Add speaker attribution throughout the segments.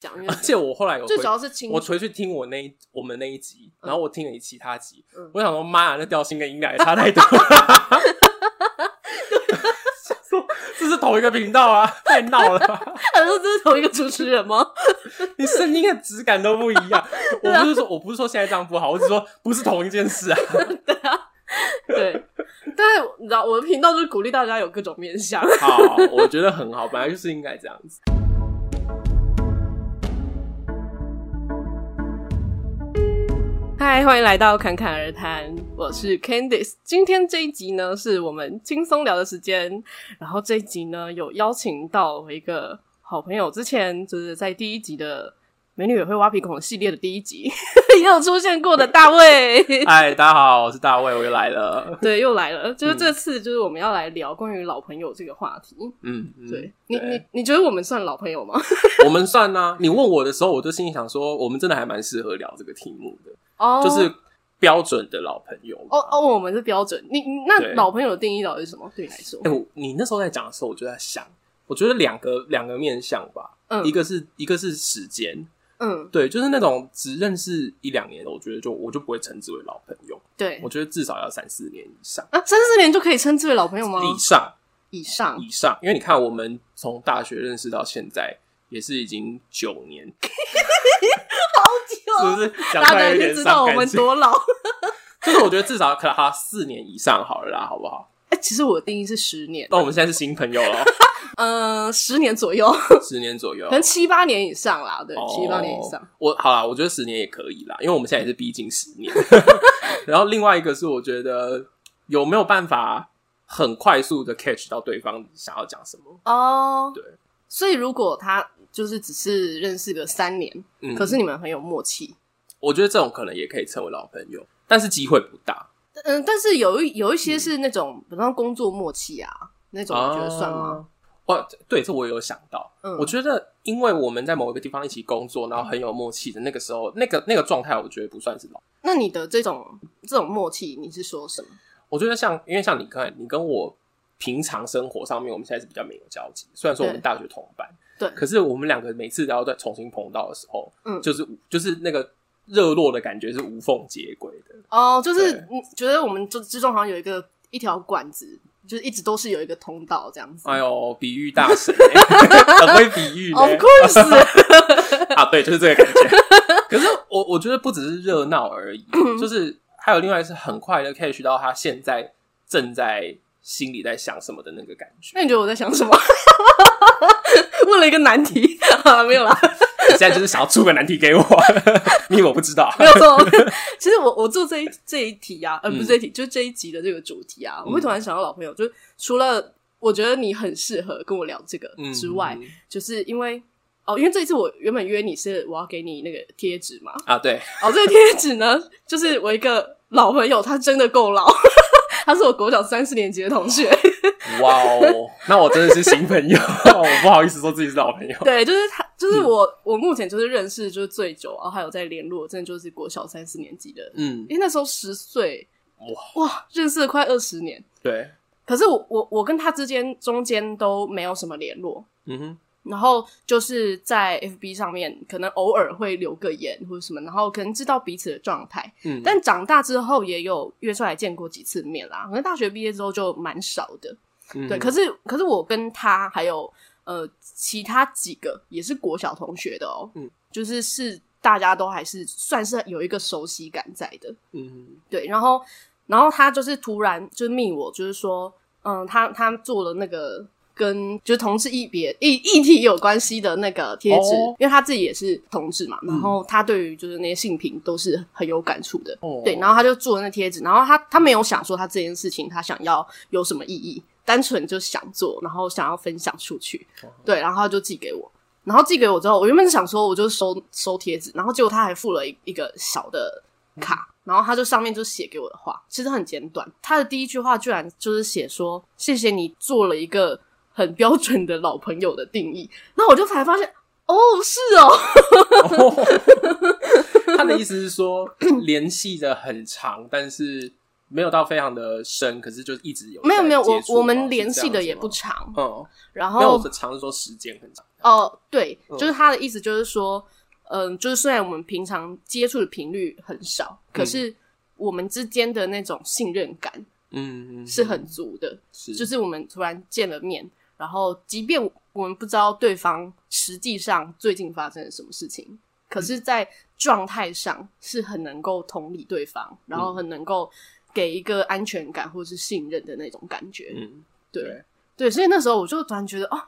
Speaker 1: 讲，因为
Speaker 2: 而且我后来有
Speaker 1: 最
Speaker 2: 回
Speaker 1: 主要是清
Speaker 2: 我回去听我那一我们那一集，然后我听了其他集，
Speaker 1: 嗯
Speaker 2: 我想说妈呀，那调性跟音量也差太多了。 想说这是同一个频道啊，太闹了吧！
Speaker 1: 他说 这是同一个主持人吗？
Speaker 2: 你声音的质感都不一样。我不是说我不是说现在这样不好，我只是说不是同一件事啊。
Speaker 1: 对，但是你知道我的频道就是鼓励大家有各种面向。
Speaker 2: 好，我觉得很好，本来就是应该这样子。
Speaker 1: 嗨，欢迎来到侃侃而谈，我是 Candice。今天这一集呢，是我们轻松聊的时间。然后这一集呢，有邀请到我一个好朋友，之前就是在第一集的《美女也会挖鼻孔》系列的第一集 也有出现过的大卫。
Speaker 2: 嗨，哎大家好，我是大卫，我又来了。
Speaker 1: 对，又来了，就是这次就是我们要来聊关于老朋友这个话题。
Speaker 2: 嗯，嗯
Speaker 1: 对你，你你觉得我们算老朋友吗？
Speaker 2: 我们算呢、你问我的时候，我就心里想说，我们真的还蛮适合聊这个题目的，
Speaker 1: 哦
Speaker 2: 就是标准的老朋友。
Speaker 1: 哦哦，我们是标准。你你那
Speaker 2: 对
Speaker 1: 老朋友的定义到底是什么？对你来说，
Speaker 2: 哎、我你那时候在讲的时候，我就在想，我觉得两个两个面向吧，
Speaker 1: 嗯
Speaker 2: 一个是一个是时间，
Speaker 1: 嗯，
Speaker 2: 对，就是那种只认识一两年的，我觉得就我就不会称之为老朋友，
Speaker 1: 对
Speaker 2: 我觉得至少要三四年以上，
Speaker 1: 啊，三四年就可以称之为老朋友吗？
Speaker 2: 以上
Speaker 1: 以上
Speaker 2: 以上，因为你看我们从大学认识到现在。也是已经九 年，是不是？讲
Speaker 1: 大
Speaker 2: 出
Speaker 1: 家都
Speaker 2: 来有
Speaker 1: 已经
Speaker 2: 点
Speaker 1: 知道
Speaker 2: 伤
Speaker 1: 我
Speaker 2: 感
Speaker 1: 们
Speaker 2: 情。
Speaker 1: 多老。
Speaker 2: 就是我觉得至少可能哈四年以上好了啦，好不好？
Speaker 1: 哎、其实我的定义是十年，
Speaker 2: 那我们现在是新朋友了，
Speaker 1: 嗯、十年左右，
Speaker 2: 十年左右
Speaker 1: 可，能七八年以上啦，对，
Speaker 2: 哦
Speaker 1: 七八年以上。。
Speaker 2: 我好啦，我觉得十年也可以啦，因为我们现在也是逼近十 年。然后另外一个是，我觉得有没有办法很快速的 catch 到对方想要讲什么？
Speaker 1: 哦，
Speaker 2: 对，
Speaker 1: 所以如果他就是只是认识个三年，
Speaker 2: 嗯，
Speaker 1: 可是你们很有默契。
Speaker 2: 我觉得这种可能也可以成为老朋友，但是机会不大。
Speaker 1: 嗯，但是有一有一些是那种，比方工作默契啊，那种你觉得算吗？
Speaker 2: 啊？哦，对，这我有想到。
Speaker 1: 嗯
Speaker 2: 我觉得，因为我们在某一个地方一起工作，然后很有默契的那个时候，那个那个状态，我觉得不算是老。
Speaker 1: 那你的这种这种默契，你是说什么？
Speaker 2: 我觉得像，因为像你看，你跟我平常生活上面，我们现在是比较没有交集。虽然说我们
Speaker 1: 对
Speaker 2: 大学同班，
Speaker 1: 对
Speaker 2: 可是我们两个每次只要再重新碰到的时候，
Speaker 1: 嗯
Speaker 2: 就是就是那个热络的感觉是无缝接轨的。
Speaker 1: 哦，就是
Speaker 2: 对
Speaker 1: 你觉得我们这之中好像有一个一条管子，就是一直都是有一个通道这样子。
Speaker 2: 哎呦，比喻大神、欸， 很会比喻、
Speaker 1: Of
Speaker 2: 欸。
Speaker 1: course，
Speaker 2: 啊，对，就是这个感觉。可是我我觉得不只是热闹而已，
Speaker 1: 嗯
Speaker 2: 就是还有另外是很快的 catch 到他现在正在心里在想什么的那个感觉。
Speaker 1: 那你觉得我在想什么？ 问了一个难题， 好了，没有啦，
Speaker 2: 现在就是想要出个难题给我， 你以为我不知道？
Speaker 1: 没有错。其实我我做这一这一题啊，呃，不
Speaker 2: 嗯
Speaker 1: 是这一题，就是这一集的这个主题啊，我会突然想到老朋友，就是除了我觉得你很适合跟我聊这个
Speaker 2: 嗯
Speaker 1: 之外，就是因为哦，因为这一次我原本约你是我要给你那个贴纸嘛，
Speaker 2: 啊，对，
Speaker 1: 哦，这个贴纸呢，就是我一个老朋友，他真的够老， 他是我国小三四年级的同学。
Speaker 2: 哇哦， 那我真的是新朋友， 我不好意思说自己是老朋友。
Speaker 1: 对，就是他，就是我，我目前就是认识就是最久，然后还有在联络，真的就是国小三四年级的，
Speaker 2: 嗯，
Speaker 1: 因为那时候十岁，
Speaker 2: 哇
Speaker 1: 哇，认识了快二十年。
Speaker 2: 对，
Speaker 1: 可是我我我跟他之间中间都没有什么联络，
Speaker 2: 嗯哼，
Speaker 1: 然后就是在 FB 上面可能偶尔会留个言或者什么，然后可能知道彼此的状态。
Speaker 2: 嗯，
Speaker 1: 但长大之后也有约出来见过几次面啦，可能大学毕业之后就蛮少的。
Speaker 2: 嗯
Speaker 1: 对，可是可是我跟他还有呃其他几个也是国小同学的哦、
Speaker 2: 嗯
Speaker 1: 就是是大家都还是算是有一个熟悉感在的。
Speaker 2: 嗯
Speaker 1: 对，然后然后他就是突然就是命我，就是说，嗯，他他做了那个跟就是同志异别异异体有关系的那个贴纸，
Speaker 2: 哦嗯
Speaker 1: 因为他自己也是同志嘛，然后他对于就是那些性平都是很有感触的。
Speaker 2: 哦
Speaker 1: 对，然后他就做了那贴纸，然后他他没有想说他这件事情他想要有什么意义，单纯就想做，然后想要分享出去，
Speaker 2: 哦
Speaker 1: 对，然后他就寄给我，然后寄给我之后，我原本是想说我就收收贴纸，然后结果他还附了一一个小的
Speaker 2: 嗯
Speaker 1: 卡，然后他就上面就写给我的话，其实很简短，他的第一句话居然就是写说谢谢你做了一个很标准的老朋友的定义，那我就才发现。哦，是哦，
Speaker 2: 他的意思是说联系的很长，但是没有到非常的深，可是就一直有
Speaker 1: 没有
Speaker 2: 在
Speaker 1: 没有，
Speaker 2: 接
Speaker 1: 我
Speaker 2: 触
Speaker 1: 我
Speaker 2: 吗
Speaker 1: 们
Speaker 2: 是
Speaker 1: 联
Speaker 2: 这
Speaker 1: 系
Speaker 2: 样
Speaker 1: 的
Speaker 2: 子
Speaker 1: 也
Speaker 2: 吗
Speaker 1: 不长，
Speaker 2: 嗯，
Speaker 1: 然
Speaker 2: 没有，我
Speaker 1: 后
Speaker 2: 是常说时间很长。
Speaker 1: 哦，对，
Speaker 2: 嗯
Speaker 1: 就是他的意思，就是说，嗯、就是虽然我们平常接触的频率很少，可是我们之间的那种信任感
Speaker 2: 嗯，嗯
Speaker 1: 是很足的。
Speaker 2: 是
Speaker 1: 就是我们突然见了面，然后即便我们不知道对方实际上最近发生了什么事情，可是，在状态上是很能够同理对方，然后很能够给一个安全感或是信任的那种感觉。
Speaker 2: 嗯，
Speaker 1: 对
Speaker 2: 对
Speaker 1: 对，所以那时候我就突然觉得，哦，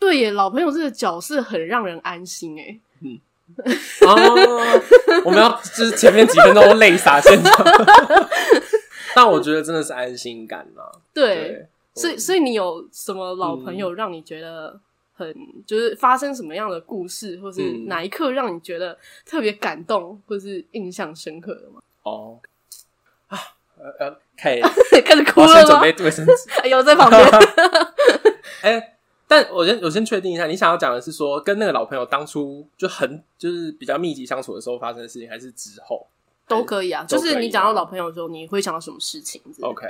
Speaker 1: 对耶，老朋友这个角色很让人安心哎。
Speaker 2: 哦，我们要就是前面几分钟都泪洒现场， 但我觉得真的是安心感啦。
Speaker 1: 对，
Speaker 2: 对，嗯
Speaker 1: 所以所以你有什么老朋友让你觉得很、就是发生什么样的故事，或是
Speaker 2: 嗯
Speaker 1: 哪一刻让你觉得特别感动，或是印象深刻 的吗？
Speaker 2: 哦啊，呃呃，可以，
Speaker 1: 开始哭
Speaker 2: 我先
Speaker 1: 了
Speaker 2: 准
Speaker 1: 吗
Speaker 2: 备？卫生纸。
Speaker 1: 哎呦，在旁 边
Speaker 2: 哎、但我先我先确定一下，你想要讲的是说跟那个老朋友当初就很就是比较密集相处的时候发生的事情，还是之后
Speaker 1: 都可以啊。
Speaker 2: 都
Speaker 1: 就
Speaker 2: 可以啊
Speaker 1: 是你讲到老朋友的时候，你会想到什么事情之类的？
Speaker 2: ？OK，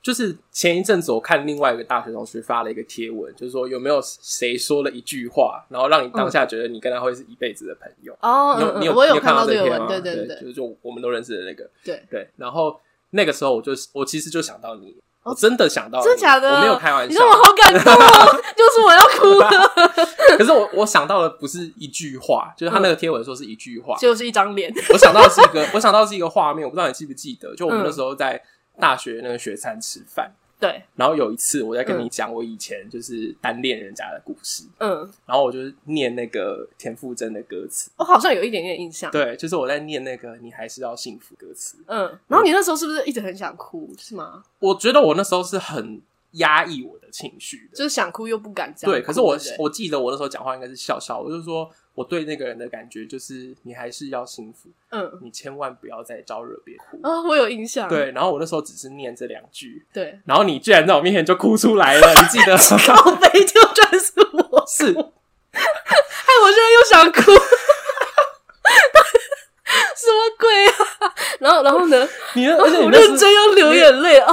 Speaker 2: 就是前一阵子我看另外一个大学同学发了一个贴文，就是说有没有谁说了一句话，然后让你当下觉得你跟他会是一辈子的朋友。
Speaker 1: 哦，
Speaker 2: 你有
Speaker 1: 嗯
Speaker 2: 你
Speaker 1: 嗯，
Speaker 2: 有
Speaker 1: 我
Speaker 2: 你有
Speaker 1: 有看
Speaker 2: 到
Speaker 1: 这
Speaker 2: 个
Speaker 1: 个
Speaker 2: 片
Speaker 1: 文，
Speaker 2: 吗？
Speaker 1: 对
Speaker 2: 对
Speaker 1: 对
Speaker 2: 就
Speaker 1: 对
Speaker 2: 是就我们都认识的那个，
Speaker 1: 对，
Speaker 2: 对。然后那个时候我就我其实就想到你，
Speaker 1: 哦
Speaker 2: 我真的想到你，
Speaker 1: 真假的？
Speaker 2: 我没有开玩
Speaker 1: 你
Speaker 2: 笑
Speaker 1: 让，我好感动哦， 就是我要 哭了，
Speaker 2: 可是我我想到的不是一句话，就是他
Speaker 1: 嗯
Speaker 2: 那个贴文说是一句话，
Speaker 1: 就是一张脸，
Speaker 2: 我想到的是一个，我想到的是一个画面，我不知道你记不记得，就我
Speaker 1: 嗯
Speaker 2: 们那时候在大学那个学餐吃饭，
Speaker 1: 对，
Speaker 2: 然后有一次我在跟你讲我以前就是单恋人家的故事，
Speaker 1: 嗯，
Speaker 2: 然后我就是念那个田馥甄的歌词，
Speaker 1: 我哦好像有一点点印象，
Speaker 2: 对，就是我在念那个你还是要幸福歌词，
Speaker 1: 嗯，然后你那时候是不是一直很想哭，是吗？
Speaker 2: 我觉得我那时候是很压抑我的情绪的，
Speaker 1: 就是想哭又不敢这样哭。
Speaker 2: 对，可是我
Speaker 1: 对不对
Speaker 2: 我记得我那时候讲话应该是笑笑，我就说我对那个人的感觉就是你还是要幸福，
Speaker 1: 嗯
Speaker 2: 你千万不要再招惹别人哭。
Speaker 1: 啊，我有印象。
Speaker 2: 对，然后我那时候只是念这两句，
Speaker 1: 对，
Speaker 2: 然后你居然在我面前就哭出来 了，你记得吗？
Speaker 1: 靠背就算是 我，
Speaker 2: 是，
Speaker 1: 害我现在又想哭， 什么鬼啊？然后然后呢？
Speaker 2: 你 那而且你
Speaker 1: 我
Speaker 2: 那
Speaker 1: 认
Speaker 2: 是
Speaker 1: 真要流眼泪啊！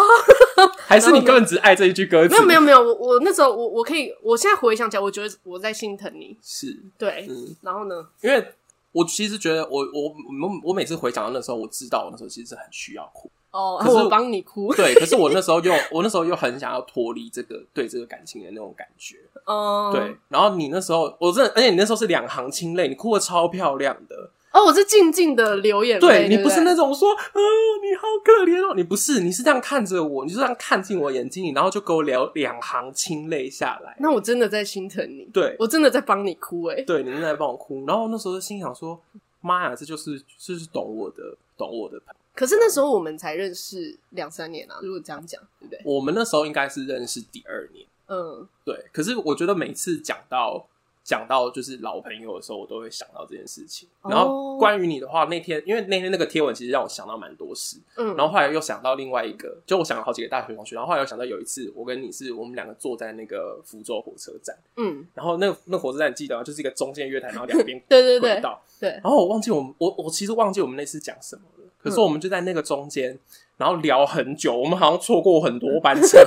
Speaker 2: 还是你根本只爱这一句歌词？
Speaker 1: 没有没
Speaker 2: 有，
Speaker 1: 有没有，我我那时候我我可以，我现在回想起来，我觉得我在心疼你。
Speaker 2: 是，
Speaker 1: 对，
Speaker 2: 嗯，
Speaker 1: 然后呢？
Speaker 2: 因为我其实觉得我我我我每次回想到那时候，我知道我那时候其实是很需要哭，
Speaker 1: 哦，
Speaker 2: 可是
Speaker 1: 我帮你哭。
Speaker 2: 对，可是我那时 候又我那时候又很想要脱离这个对这个感情的那种感觉，
Speaker 1: 嗯，
Speaker 2: 对。。然后你那时候我真的，而且你那时候是两行清泪，你哭的超漂亮的，
Speaker 1: 哦，我是静静的流眼泪。
Speaker 2: 对
Speaker 1: 对
Speaker 2: 你不是
Speaker 1: 对
Speaker 2: 那种说，嗯、你好可怜哦，你不是，你是这样看着我，你就这样看进我眼睛里，然后就给我聊两行清泪下来。
Speaker 1: 那我真的在心疼你，
Speaker 2: 对
Speaker 1: 我真的在帮你哭哎、
Speaker 2: 对，你正在帮我哭，然后那时候就心想说，妈呀，这就是这就是懂我的，懂我的朋友。
Speaker 1: 可是那时候我们才认识两三年啊，如果这样讲，对不对？
Speaker 2: 我们那时候应该是认识第二年，
Speaker 1: 嗯，
Speaker 2: 对。可是我觉得每次讲到讲到就是老朋友的时候，我都会想到这件事情。然后
Speaker 1: 哦
Speaker 2: 关于你的话，那天因为那天那个贴文其实让我想到蛮多事，
Speaker 1: 嗯，
Speaker 2: 然后后来又想到另外一个，就我想了好几个大学同学，然后后来又想到有一次我跟你是我们两个坐在那个福州火车站，
Speaker 1: 嗯，
Speaker 2: 然后那个那火车站你记得吗？就是一个中间月台，然后两边
Speaker 1: 对 对
Speaker 2: 轨
Speaker 1: 对
Speaker 2: 道。
Speaker 1: 对，
Speaker 2: 然后我忘记我们，我我其实忘记我们那次讲什么了。可
Speaker 1: 嗯
Speaker 2: 是我们就在那个中间，然后聊很久，我们好像错过很多班 车。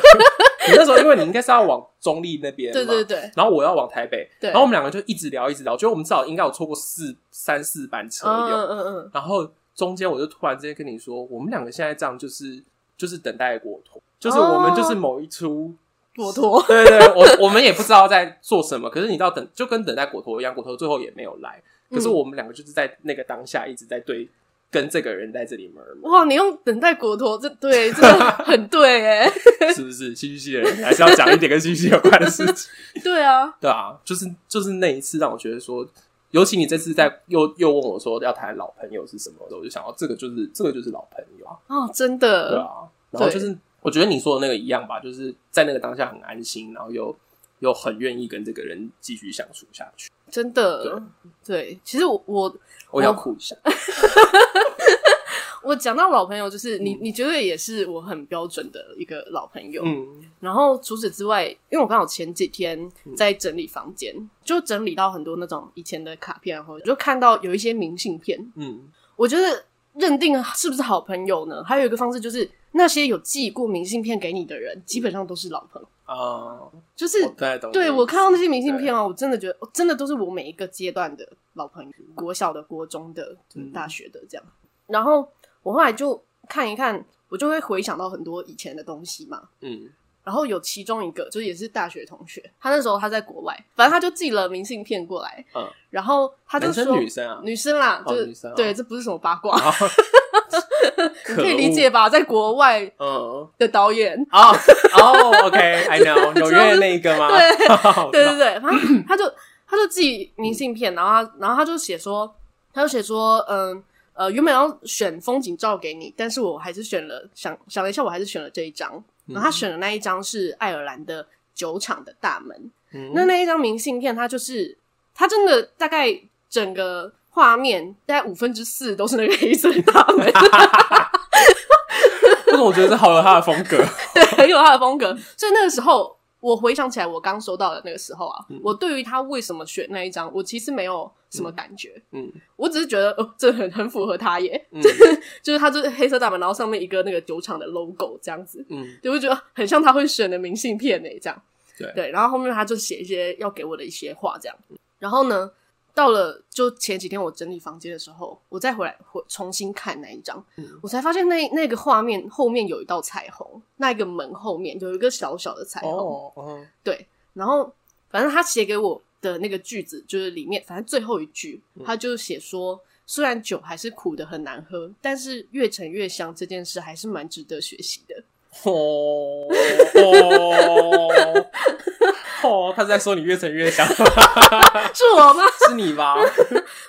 Speaker 2: 你那时候因为你应该是要往中立那边嘛，
Speaker 1: 对对对，
Speaker 2: 然后我要往台北，
Speaker 1: 对
Speaker 2: 然后我们两个就一直聊一直聊，觉得我们至少应该有错过四三四班车
Speaker 1: 嗯
Speaker 2: 有。
Speaker 1: 嗯嗯嗯，
Speaker 2: 然后中间我就突然之间跟你说，我们两个现在这样就是就是等待过头，就是我们就是某一出
Speaker 1: 果陀，
Speaker 2: 对对，我我们也不知道在做什么，可是你知道等就跟等待果陀一样，果陀最后也没有来，可是
Speaker 1: 嗯
Speaker 2: 我们两个就是在那个当下一直在对跟这个人在这里门 儿
Speaker 1: 哇，你用等待果陀，这对，真 的很对哎、
Speaker 2: 是不是？戏剧系的人还是要讲一点跟戏剧系有关的事情，
Speaker 1: 对啊，
Speaker 2: 对啊，就是就是那一次让我觉得说。尤其你这次在又又问我说要谈老朋友是什么的时候，我就想到这个就是这个就是老朋友啊，
Speaker 1: 哦，真
Speaker 2: 对
Speaker 1: 的，
Speaker 2: 啊。然后就是我觉得你说的那个一样吧，就是在那个当下很安心，然后又又很愿意跟这个人继续相处下去。
Speaker 1: 真的，对，其实我我
Speaker 2: 我要哭一
Speaker 1: 哦
Speaker 2: 下。
Speaker 1: 我讲到老朋友，就是你，你绝对也是我很标准的一个老朋友，
Speaker 2: 嗯嗯，
Speaker 1: 然后除此之外，因为我刚好前几天在整理房间，就整理到很多那种以前的卡片，然后就看到有一些明信片，
Speaker 2: 嗯
Speaker 1: 我觉得认定是不是好朋友呢？还有一个方式就是那些有寄过明信片给你的人，基本上都是老朋友，
Speaker 2: 啊，
Speaker 1: 就是
Speaker 2: 我不太懂。
Speaker 1: 对我看到那些明信片啊，我真的觉得，真的都是我每一个阶段的老朋友，国小的、国中的、就是
Speaker 2: 嗯
Speaker 1: 大学的这样。然后我后来就看一看，我就会回想到很多以前的东西嘛。
Speaker 2: 嗯，
Speaker 1: 然后有其中一个就是也是大学同学，他那时候他在国外，反正他就寄了明信片过来，
Speaker 2: 嗯
Speaker 1: 然后他就
Speaker 2: 男
Speaker 1: 说
Speaker 2: 生女生啊，
Speaker 1: 女生啦，
Speaker 2: 哦
Speaker 1: 就是、
Speaker 2: 女生哦
Speaker 1: 对，这不是什么八卦，
Speaker 2: 好
Speaker 1: 你
Speaker 2: 可
Speaker 1: 可以
Speaker 2: 恶
Speaker 1: 理解吧？在国外
Speaker 2: 嗯。
Speaker 1: 的导演，
Speaker 2: 哦哦，OK，I know，纽约那一个吗？
Speaker 1: 对
Speaker 2: 好
Speaker 1: 对对对，他他就他就寄明信片，然后他然后他就写说，他就写说，嗯呃，原本要选风景照给你，但是我还是选了，想想了一下，我还是选了这一张。然后他选的那一张是爱尔兰的酒厂的大门，
Speaker 2: 嗯
Speaker 1: 那那一张明信片，它就是它真的大概整个画面大概五分之四都是那个黑色的大门，
Speaker 2: 为什么我觉得这好有他的风格？
Speaker 1: 对，很有他的风格。所以那个时候，我回想起来，我刚收到的那个时候啊，我对于他为什么选那一张，我其实没有什么感觉，
Speaker 2: 嗯嗯
Speaker 1: 我只是觉得哦，这很很符合他耶，
Speaker 2: 嗯
Speaker 1: 就是他就是黑色大门，然后上面一个那个酒厂的 logo 这样子，
Speaker 2: 嗯，
Speaker 1: 对，我就觉得很像他会选的明信片呢，欸这样。
Speaker 2: 对
Speaker 1: 对，然后后面他就写一些要给我的一些话，这样。然后呢，到了就前几天我整理房间的时候，我再回来回重新看那一张，
Speaker 2: 嗯
Speaker 1: 我才发现那那个画面后面有一道彩虹，那一个门后面有一个小小的彩虹。
Speaker 2: 哦哦，
Speaker 1: 对，然后反正他写给我的那个句子就是里面，反正最后一句
Speaker 2: 嗯
Speaker 1: 他就写说。虽然酒还是苦的很难喝，但是越陈越香这件事还是蛮值得学习 的。
Speaker 2: 哦哦哦，他是在说你越沉越香， 是
Speaker 1: 是我吗？
Speaker 2: 你吧？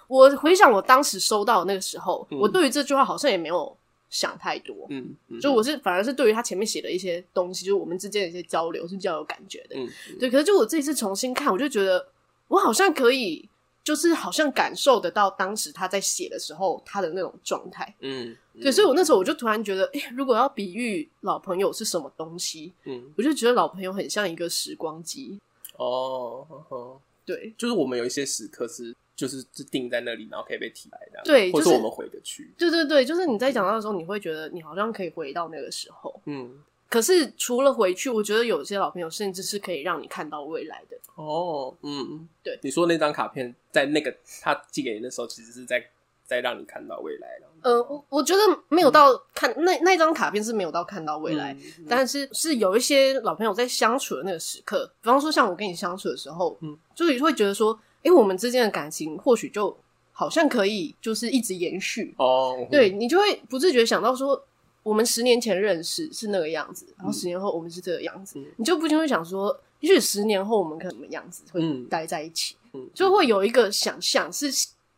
Speaker 1: 我回想我当时收到的那个时候，
Speaker 2: 嗯
Speaker 1: 我对于这句话好像也没有想太多，
Speaker 2: 嗯，嗯
Speaker 1: 就我是反而是对于他前面写的一些东西，就是我们之间的一些交流是比较有感觉的。
Speaker 2: 嗯
Speaker 1: 对，可是就我这一次重新看，我就觉得我好像可以，就是好像感受得到当时他在写的时候他的那种状态。
Speaker 2: 嗯，嗯
Speaker 1: 对，所以我那时候我就突然觉得，诶，如果要比喻老朋友是什么东西，
Speaker 2: 嗯
Speaker 1: 我就觉得老朋友很像一个时光机。
Speaker 2: 哦哦哦，
Speaker 1: 对，
Speaker 2: 就是我们有一些时刻是就是是定在那里，然后可以被提来的，
Speaker 1: 对
Speaker 2: 或者
Speaker 1: 就是
Speaker 2: 我们回得去。
Speaker 1: 对对对，就是你在讲到的时候，你会觉得你好像可以回到那个时候。
Speaker 2: 嗯
Speaker 1: 可是除了回去，我觉得有些老朋友甚至是可以让你看到未来的。
Speaker 2: 哦嗯，
Speaker 1: 对
Speaker 2: 你说那张卡片在那个他寄给你的时候，其实是在在让你看到未来了。
Speaker 1: 呃，我我觉得没有到看、那那张卡片是没有到看到未来，
Speaker 2: 嗯，
Speaker 1: 但是是有一些老朋友在相处的那个时刻，比方说像我跟你相处的时候，
Speaker 2: 嗯
Speaker 1: 嗯，就是会觉得说，诶，我们之间的感情或许就好像可以就是一直延续，
Speaker 2: 哦，
Speaker 1: 对你就会不自觉想到说，我们十年前认识是那个样子，然后十年后我们是这个样子，
Speaker 2: 嗯
Speaker 1: 你就不禁会想说，也许十年后我们可能什么样子会
Speaker 2: 嗯
Speaker 1: 待在一起，
Speaker 2: 嗯
Speaker 1: 就会有一个想象是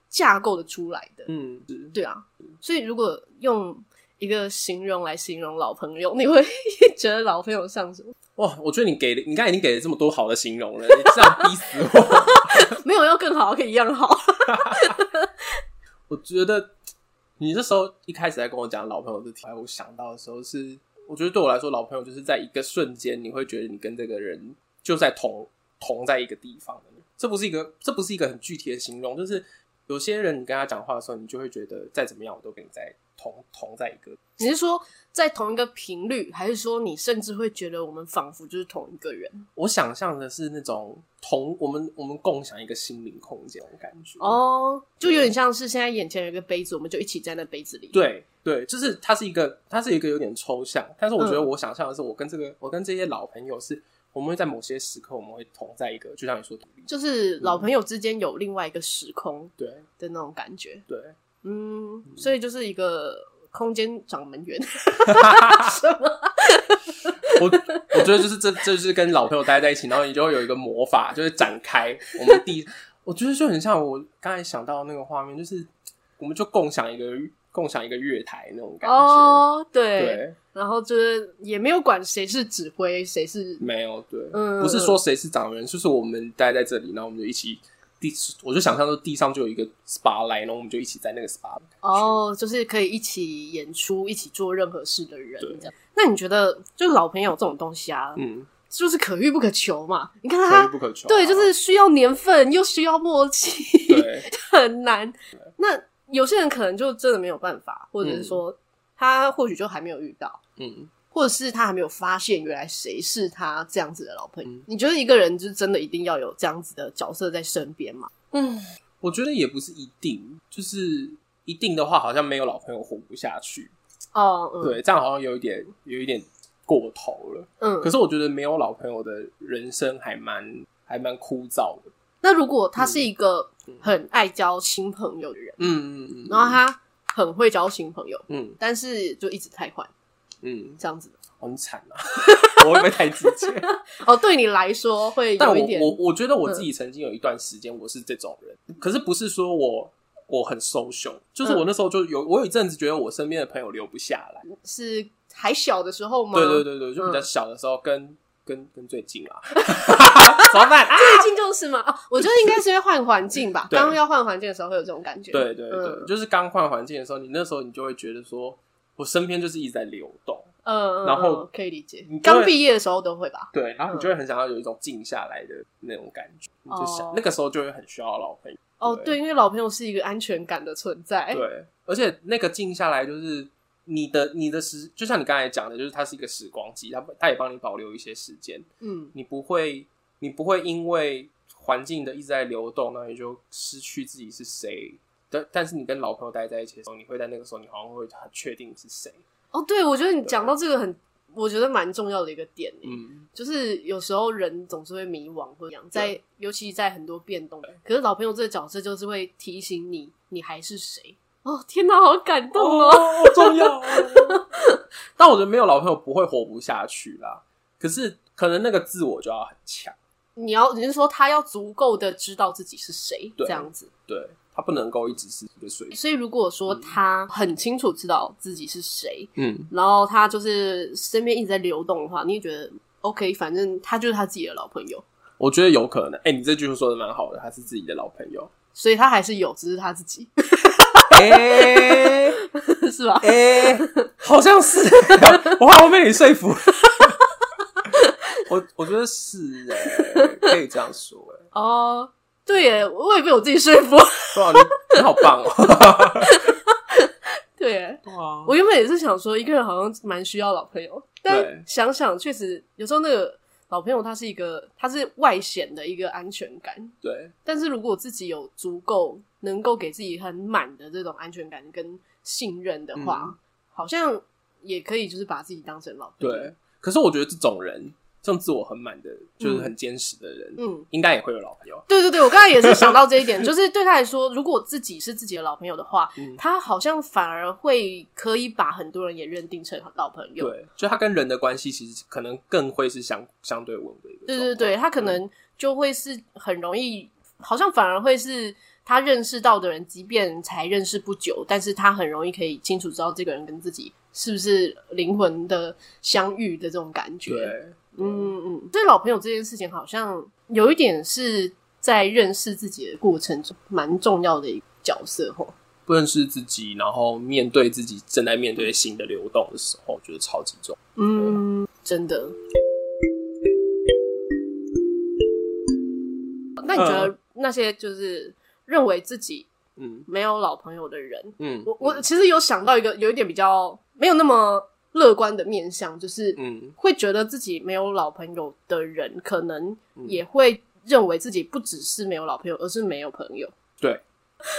Speaker 1: 架构的出来的。
Speaker 2: 嗯是
Speaker 1: 对啊，所以如果用一个形容来形容老朋友，你会觉得老朋友像什么？
Speaker 2: 哇，我觉得你给的，你刚才已经给了这么多好的形容了，你这样逼死我。
Speaker 1: 没有要更好，可以一样好。
Speaker 2: 我觉得你这时候一开始在跟我讲老朋友的题，我想到的时候是，我觉得对我来说，老朋友就是在一个瞬间，你会觉得你跟这个人就在同同在一个地方的。这不是一个， 这不是一个很具体的形容，就是有些人你跟他讲话的时候，你就会觉得再怎么样，我都跟你在同同在一个。
Speaker 1: 你是说在同一个频率，还是说你甚至会觉得我们仿佛就是同一个人？
Speaker 2: 我想象的是那种同我们我们共享一个心灵空间的感觉。
Speaker 1: 哦，就有点像是现在眼前有一个杯子，我们就一起在那杯子里。，
Speaker 2: 对对，就是它是一个，它是一个有点抽象，但是我觉得
Speaker 1: 嗯
Speaker 2: 我想象的是，我跟这个，我跟这些老朋友是，我们会在某些时刻，我们会同在一个，就像你说独立，
Speaker 1: 就是老朋友之间有另外一个时空
Speaker 2: 对
Speaker 1: 的那种感觉。
Speaker 2: 对，
Speaker 1: 嗯，所以就是一个空间掌门员。
Speaker 2: 我我觉得就是这，这就是跟老朋友待在一起，然后你就会有一个魔法，就是展开我们第，我觉得就很像我刚才想到的那个画面，就是我们就共享一个共享一个月台那种感觉，
Speaker 1: 哦，对，
Speaker 2: 对，
Speaker 1: 然后就是也没有管谁是指挥，谁是
Speaker 2: 没有对，
Speaker 1: 嗯
Speaker 2: 不是说谁是掌门人，就是我们待在这里，然后我们就一起地，我就想象说地上就有一个 SPA 来，然后我们就一起在那个 SPA。
Speaker 1: 哦，就是可以一起演出、一起做任何事的人
Speaker 2: 对
Speaker 1: 这样。那你觉得，就是老朋友这种东西啊，
Speaker 2: 嗯，
Speaker 1: 就是可遇不可求嘛？你看
Speaker 2: 可遇
Speaker 1: 他，
Speaker 2: 不可求啊、
Speaker 1: 对，就是需要年份，又需要默契，
Speaker 2: 对，
Speaker 1: 很难。那有些人可能就真的没有办法，或者是说他或许就还没有遇到，
Speaker 2: 嗯，
Speaker 1: 或者是他还没有发现原来谁是他这样子的老朋友。
Speaker 2: 嗯
Speaker 1: 你觉得一个人就真的一定要有这样子的角色在身边吗？嗯，
Speaker 2: 我觉得也不是一定，就是一定的话，好像没有老朋友活不下去。
Speaker 1: 哦，嗯，
Speaker 2: 对，这样好像有一点有一点过头了。可
Speaker 1: 嗯。
Speaker 2: 是我觉得没有老朋友的人生还蛮还蛮枯燥的。
Speaker 1: 那如果他是一个很爱交新朋友的人，
Speaker 2: 嗯嗯嗯，
Speaker 1: 然后他很会交新朋友，
Speaker 2: 嗯
Speaker 1: 但是就一直太换
Speaker 2: 嗯，
Speaker 1: 这样子的，
Speaker 2: 好惨啊！ 我会不会太直接？
Speaker 1: 哦，对你来说会
Speaker 2: 但
Speaker 1: 有
Speaker 2: 我
Speaker 1: 一点嗯
Speaker 2: 我我觉得我自己曾经有一段时间我是这种人，可是不是说我我很 social，就是
Speaker 1: 嗯
Speaker 2: 我那时候就有我有一阵子觉得我身边的朋友留不下来。
Speaker 1: 是还小的时候吗？
Speaker 2: 对对
Speaker 1: 对，
Speaker 2: 对对，就比较
Speaker 1: 嗯
Speaker 2: 小的时候跟、跟跟最近啊， 怎么办？啊。
Speaker 1: 最近就是嘛，啊，我觉得应该是因为换环境吧
Speaker 2: 对
Speaker 1: 刚要换环境的时候会有这种感觉。
Speaker 2: 对对对，
Speaker 1: 嗯
Speaker 2: 就是刚换环境的时候，你那时候你就会觉得说，我身边就是一直在流动，
Speaker 1: 嗯，嗯，
Speaker 2: 然后
Speaker 1: 嗯可以理解
Speaker 2: 你，就会
Speaker 1: 刚毕业的时候都会吧。
Speaker 2: 对，然后你就会很想要有一种静下来的那种感觉，你就想、
Speaker 1: 哦
Speaker 2: 那个时候就会很需要老朋友。
Speaker 1: 哦，
Speaker 2: 对
Speaker 1: 对，因为老朋友是一个安全感的存在。
Speaker 2: 对，而且那个静下来就是你的你的时，就像你刚才讲的，就是它是一个时光机，它它也帮你保留一些时间，
Speaker 1: 嗯，
Speaker 2: 你不会你不会因为环境的一直在流动，那你就失去自己是谁。但但是你跟老朋友待在一起的时候，你会在那个时候，你好像会很确定是谁。
Speaker 1: 哦，对，我觉得你讲到这个很，我觉得蛮重要的一个点欸耶，
Speaker 2: 嗯，
Speaker 1: 就是有时候人总是会迷惘或者怎样，在尤其在很多变动，可是老朋友这个角色就是会提醒你，你还是谁。哦，天哪，好感动哦！
Speaker 2: 哦，好重要、哦。 但我觉得没有老朋友不会活不下去啦。可是可能那个自我就要很强，
Speaker 1: 你要你是说他要足够的知道自己是谁
Speaker 2: 对
Speaker 1: 这样子，
Speaker 2: 对他不能够一直是一个水。
Speaker 1: 所以如果说他很清楚知道自己是谁，
Speaker 2: 嗯，
Speaker 1: 然后他就是身边一直在流动的话，你就觉得 OK，反正他就是他自己的老朋友，
Speaker 2: 我觉得有可能。哎、你这句说的蛮好的，他是自己的老朋友。
Speaker 1: 所以他还是有，只是他自己
Speaker 2: 哎
Speaker 1: 是吧？
Speaker 2: 哎，好像是，我好像被你说服。我我觉得是哎、可以这样说哎、
Speaker 1: 哦、对耶，我也被我自己说服。
Speaker 2: 哇，啊你你好棒哦！
Speaker 1: 对啊耶，
Speaker 2: 哇，
Speaker 1: 我原本也是想说，一个人好像蛮需要老朋友，
Speaker 2: 对
Speaker 1: 但想想确实有时候那个老朋友他是一个，他是外显的一个安全感，
Speaker 2: 对，
Speaker 1: 但是如果自己有足够能够给自己很满的这种安全感跟信任的话，
Speaker 2: 嗯
Speaker 1: 好像也可以就是把自己当成老朋友。
Speaker 2: 对，，可是我觉得这种人，这种自我很满的，就是很坚实的人，
Speaker 1: 嗯，
Speaker 2: 应该也会有老朋友。
Speaker 1: 对对对，我刚才也是想到这一点，就是对他来说，如果自己是自己的老朋友的话，
Speaker 2: 嗯
Speaker 1: 他好像反而会可以把很多人也认定成老朋友。
Speaker 2: 对，就他跟人的关系，其实可能更会是相相对稳的一个状
Speaker 1: 对
Speaker 2: 况。
Speaker 1: 对
Speaker 2: 嗯
Speaker 1: 对，他可能就会是很容易，好像反而会是他认识到的人，即便才认识不久，但是他很容易可以清楚知道这个人跟自己是不是灵魂的相遇的这种感觉。
Speaker 2: 对，
Speaker 1: 嗯嗯嗯，所以老朋友这件事情好像有一点是在认识自己的过程中蛮重要的一个角色吼。
Speaker 2: 不认识自己，然后面对自己正在面对新的流动的时候，我觉得超级重要。
Speaker 1: 嗯，
Speaker 2: 啊
Speaker 1: 真的。那你觉
Speaker 2: 呃
Speaker 1: 得那些就是认为自己
Speaker 2: 嗯
Speaker 1: 没有老朋友的人，
Speaker 2: 嗯
Speaker 1: 我我其实有想到一个有一点比较没有那么乐观的面向，就是
Speaker 2: 嗯
Speaker 1: 会觉得自己没有老朋友的人，可能
Speaker 2: 嗯
Speaker 1: 也会认为自己不只是没有老朋友，而是没有朋友。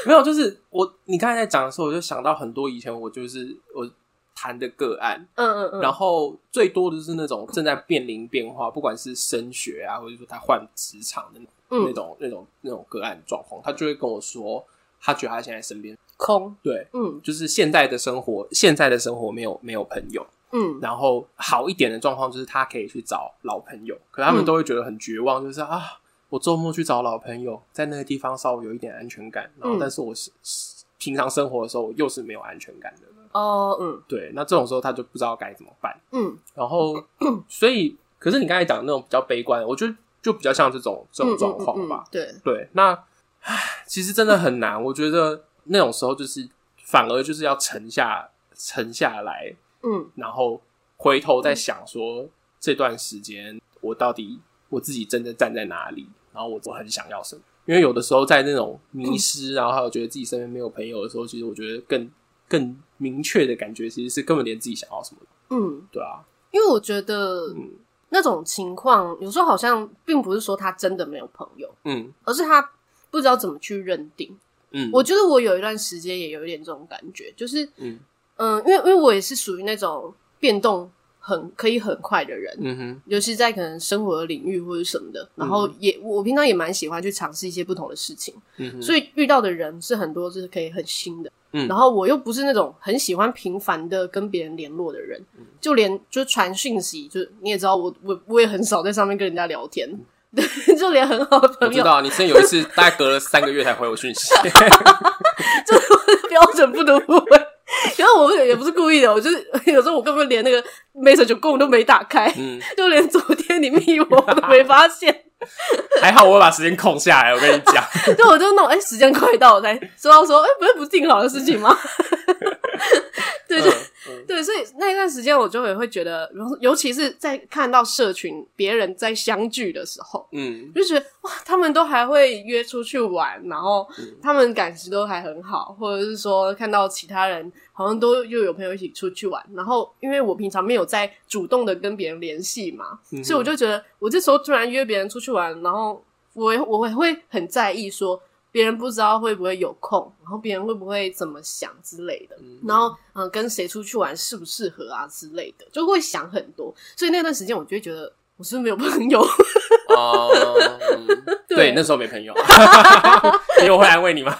Speaker 2: 没有，就是我你刚才在讲的时候，我就想到很多以前我就是我谈的个案，
Speaker 1: 嗯嗯嗯，
Speaker 2: 然后最多的就是那种正在面临变化，不管是升学啊，或者说他换职场的那
Speaker 1: 嗯
Speaker 2: 种、那种那种个案状况，他就会跟我说，他觉得他现在身边
Speaker 1: 空，
Speaker 2: 对，
Speaker 1: 嗯
Speaker 2: 就是现在的生活，现在的生活没有没有朋友，
Speaker 1: 嗯
Speaker 2: 然后好一点的状况就是他可以去找老朋友，可他们
Speaker 1: 嗯
Speaker 2: 都会觉得很绝望，就是啊，我周末去找老朋友，在那个地方稍微有一点安全感，然后
Speaker 1: 嗯
Speaker 2: 但是我是、是平常生活的时候我又是没有安全感的，
Speaker 1: 哦嗯
Speaker 2: 对，那这种时候他就不知道该怎么办，
Speaker 1: 嗯
Speaker 2: 然后所以可是你刚才讲的那种比较悲观，我觉得就比较像这种这种
Speaker 1: 嗯
Speaker 2: 状
Speaker 1: 嗯
Speaker 2: 况
Speaker 1: 嗯
Speaker 2: 吧，
Speaker 1: 对，
Speaker 2: 对，那唉其实真的很难，我觉得那种时候就是反而就是要沉下沉下来，
Speaker 1: 嗯
Speaker 2: 然后回头再想说这段时间我到底我自己真的站在哪里，然后我我很想要什么。因为有的时候在那种迷失，然后还有觉得自己身边没有朋友的时候，其实我觉得更更明确的感觉，其实是根本连自己想要什么
Speaker 1: 嗯，
Speaker 2: 对啊，
Speaker 1: 因为我觉得
Speaker 2: 嗯
Speaker 1: 那种情况有时候好像并不是说他真的没有朋友，
Speaker 2: 嗯
Speaker 1: 而是他不知道怎么去认定。
Speaker 2: 嗯，
Speaker 1: 我觉得我有一段时间也有一点这种感觉，就是
Speaker 2: 嗯
Speaker 1: 嗯，因为因为我也是属于那种变动很可以很快的人，
Speaker 2: 嗯哼
Speaker 1: 尤其在可能生活的领域或者什么的。然后也、我我平常也蛮喜欢去尝试一些不同的事情，
Speaker 2: 嗯哼，
Speaker 1: 所以遇到的人是很多是可以很新的。
Speaker 2: 嗯
Speaker 1: 然后我又不是那种很喜欢频繁的跟别人联络的人，
Speaker 2: 嗯
Speaker 1: 就连就传讯息，就你也知道我我我也很少在上面跟人家聊天， 对，就连很好的
Speaker 2: 我
Speaker 1: 朋
Speaker 2: 知
Speaker 1: 友，
Speaker 2: 道你之前有一次大概隔了三个月才回我讯 息，
Speaker 1: 就是我的 标准不能不会。 然后我也不是故意的，我就是 有时候我根本连那个 message 功能都没打开，
Speaker 2: 嗯，
Speaker 1: 就连昨天你密我我都没发现，
Speaker 2: 还好我把时间空下来，我跟你讲，
Speaker 1: 就我就弄哎、时间快到，我才知道说哎、不是不是定好的事情 吗？ 对，就
Speaker 2: 嗯
Speaker 1: 对，所以那一段时间我就也会觉得，然后尤其是在看到社群别人在相聚的时候，
Speaker 2: 嗯
Speaker 1: 就觉得哇，他们都还会约出去玩，然后
Speaker 2: 嗯
Speaker 1: 他们感情都还很好，或者是说看到其他人好像都又有朋友一起出去玩，然后因为我平常没有在主动的跟别人联系嘛，
Speaker 2: 嗯
Speaker 1: 所以我就觉得我这时候突然约别人出去玩，然后我也我也会很在意说。别人不知道会不会有空，然后别人会不会怎么想之类的，
Speaker 2: 嗯
Speaker 1: 然后嗯、呃跟谁出去玩适不适合啊之类的，就会想很多。所以那段时间，我就会觉得我是不是没有朋友，
Speaker 2: 哦，嗯
Speaker 1: 对
Speaker 2: 对，那时候没 朋友， 因为我会安慰你吗？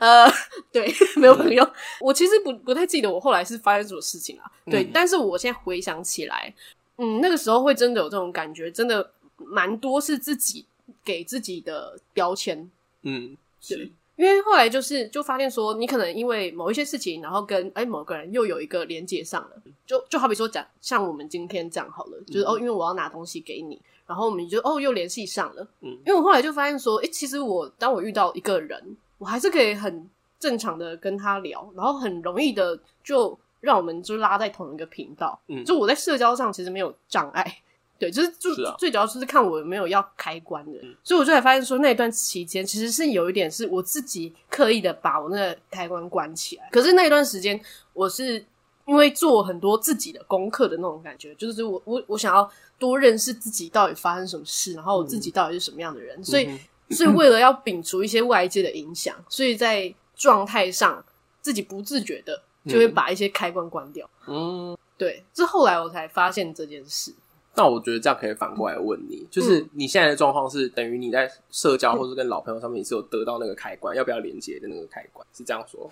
Speaker 1: 呃，对， 没有朋友。我其实不不太记得我后来是发生什么事情啊。对，
Speaker 2: 嗯
Speaker 1: 但是我现在回想起来，嗯，那个时候会真的有这种感觉，真的蛮多是自己给自己的标签。
Speaker 2: 嗯，
Speaker 1: 对，因为后来就是就发现说，你可能因为某一些事情，然后跟哎某个人又有一个连接上了，就就好比说讲像我们今天这样好了，就是、哦，因为我要拿东西给你，然后我们就哦又联系上了。
Speaker 2: 嗯
Speaker 1: 因为我后来就发现说，诶，其实我当我遇到一个人，我还是可以很正常的跟他聊，然后很容易的就让我们就拉在同一个频道。
Speaker 2: 嗯
Speaker 1: 就我在社交上其实没有障碍，对，就是最
Speaker 2: 是啊
Speaker 1: 最主要就是看我有没有要开关的。
Speaker 2: 嗯
Speaker 1: 所以我就才发现说，那一段期间其实是有一点是我自己刻意的把我那个开关关起来，可是那一段时间我是因为做很多自己的功课的那种感觉，就是我我我想要多认识自己到底发生什么事，然后我自己到底是什么样的人，所以
Speaker 2: 嗯
Speaker 1: 是为了要摒除一些外界的影响，所以在状态上自己不自觉的就会把一些开关关掉。
Speaker 2: 嗯，
Speaker 1: 对，这后来我才发现这件事。
Speaker 2: 那我觉得这样可以反过来问你，
Speaker 1: 嗯
Speaker 2: 就是你现在的状况是等于你在社交或者跟老朋友上面，你是有得到那个开关，要不要连接的那个开关，是这样说？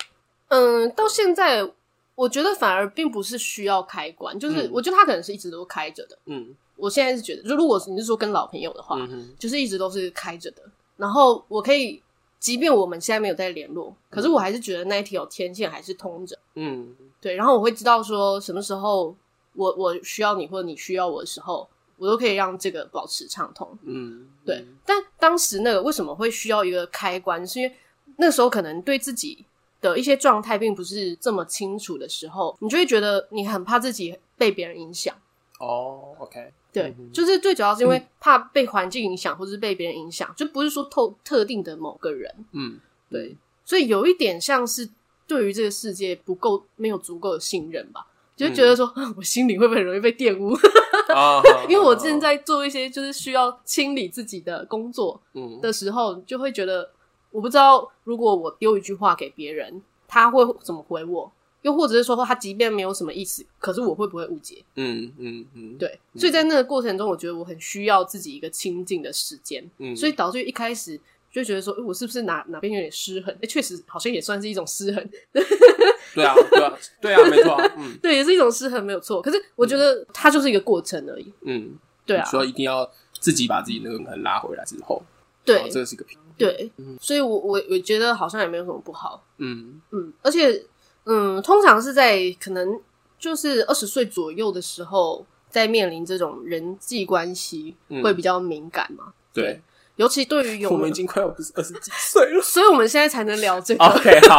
Speaker 1: 嗯，到现在我觉得反而并不是需要开关，就是
Speaker 2: 嗯
Speaker 1: 我觉得它可能是一直都开着的。
Speaker 2: 嗯
Speaker 1: 我现在是觉得，就如果你是说跟老朋友的话，
Speaker 2: 嗯哼
Speaker 1: 就是一直都是开着的。然后我可以，即便我们现在没有在联络，可是我还是觉得那一条天线还是通着。
Speaker 2: 嗯
Speaker 1: 对，然后我会知道说什么时候我我需要你或者你需要我的时候，我都可以让这个保持畅通。
Speaker 2: 嗯，
Speaker 1: 对，但当时那个为什么会需要一个开关，是因为那时候可能对自己的一些状态并不是这么清楚的时候，你就会觉得你很怕自己被别人影响。
Speaker 2: 哦，OK，
Speaker 1: 对
Speaker 2: 嗯，哼嗯
Speaker 1: 就是最主要是因为怕被环境影响，或是被别人影响，就不是说透特定的某个人。
Speaker 2: 嗯，
Speaker 1: 对，所以有一点像是对于这个世界不够没有足够的信任吧，就
Speaker 2: 嗯
Speaker 1: 觉得说、我心里会不会很容易被玷污？
Speaker 2: 啊，
Speaker 1: 因为我正在做一些就是需要清理自己的工作，
Speaker 2: 嗯
Speaker 1: 的时候，就会觉得我不知道，如果我丢一句话给别人，他会怎么回我？又或者是说，他即便没有什么意思，可是我会不会误解？
Speaker 2: 嗯嗯嗯，，
Speaker 1: 对，所以在那个过程中，我觉得我很需要自己一个清静的时间，
Speaker 2: 嗯，
Speaker 1: 所以
Speaker 2: 以
Speaker 1: 导致于一开始就觉得说，诶我是不是哪哪边有点失衡？诶确实好像也算是一种失衡，
Speaker 2: 对啊，对啊，对啊，没错啊，嗯
Speaker 1: 对，也是一种失衡，没有错。可是我觉得它就是一个过程而已，
Speaker 2: 嗯，
Speaker 1: 对啊，
Speaker 2: 所以一定要自己把自己那个门拉回来之后，
Speaker 1: 对
Speaker 2: 哦这个嗯是一个平，
Speaker 1: 对，所以我我我觉得好像也没有什么不好，
Speaker 2: 嗯
Speaker 1: 嗯，而且，嗯，通常是在可能就是二十岁左右的时候，在面临这种人际关系
Speaker 2: 嗯
Speaker 1: 会比较敏感嘛，
Speaker 2: 对，
Speaker 1: 尤其对于有
Speaker 2: 我们已经快啊要不是二十几岁了
Speaker 1: 所以我们现在才能聊这个，
Speaker 2: ，OK，好。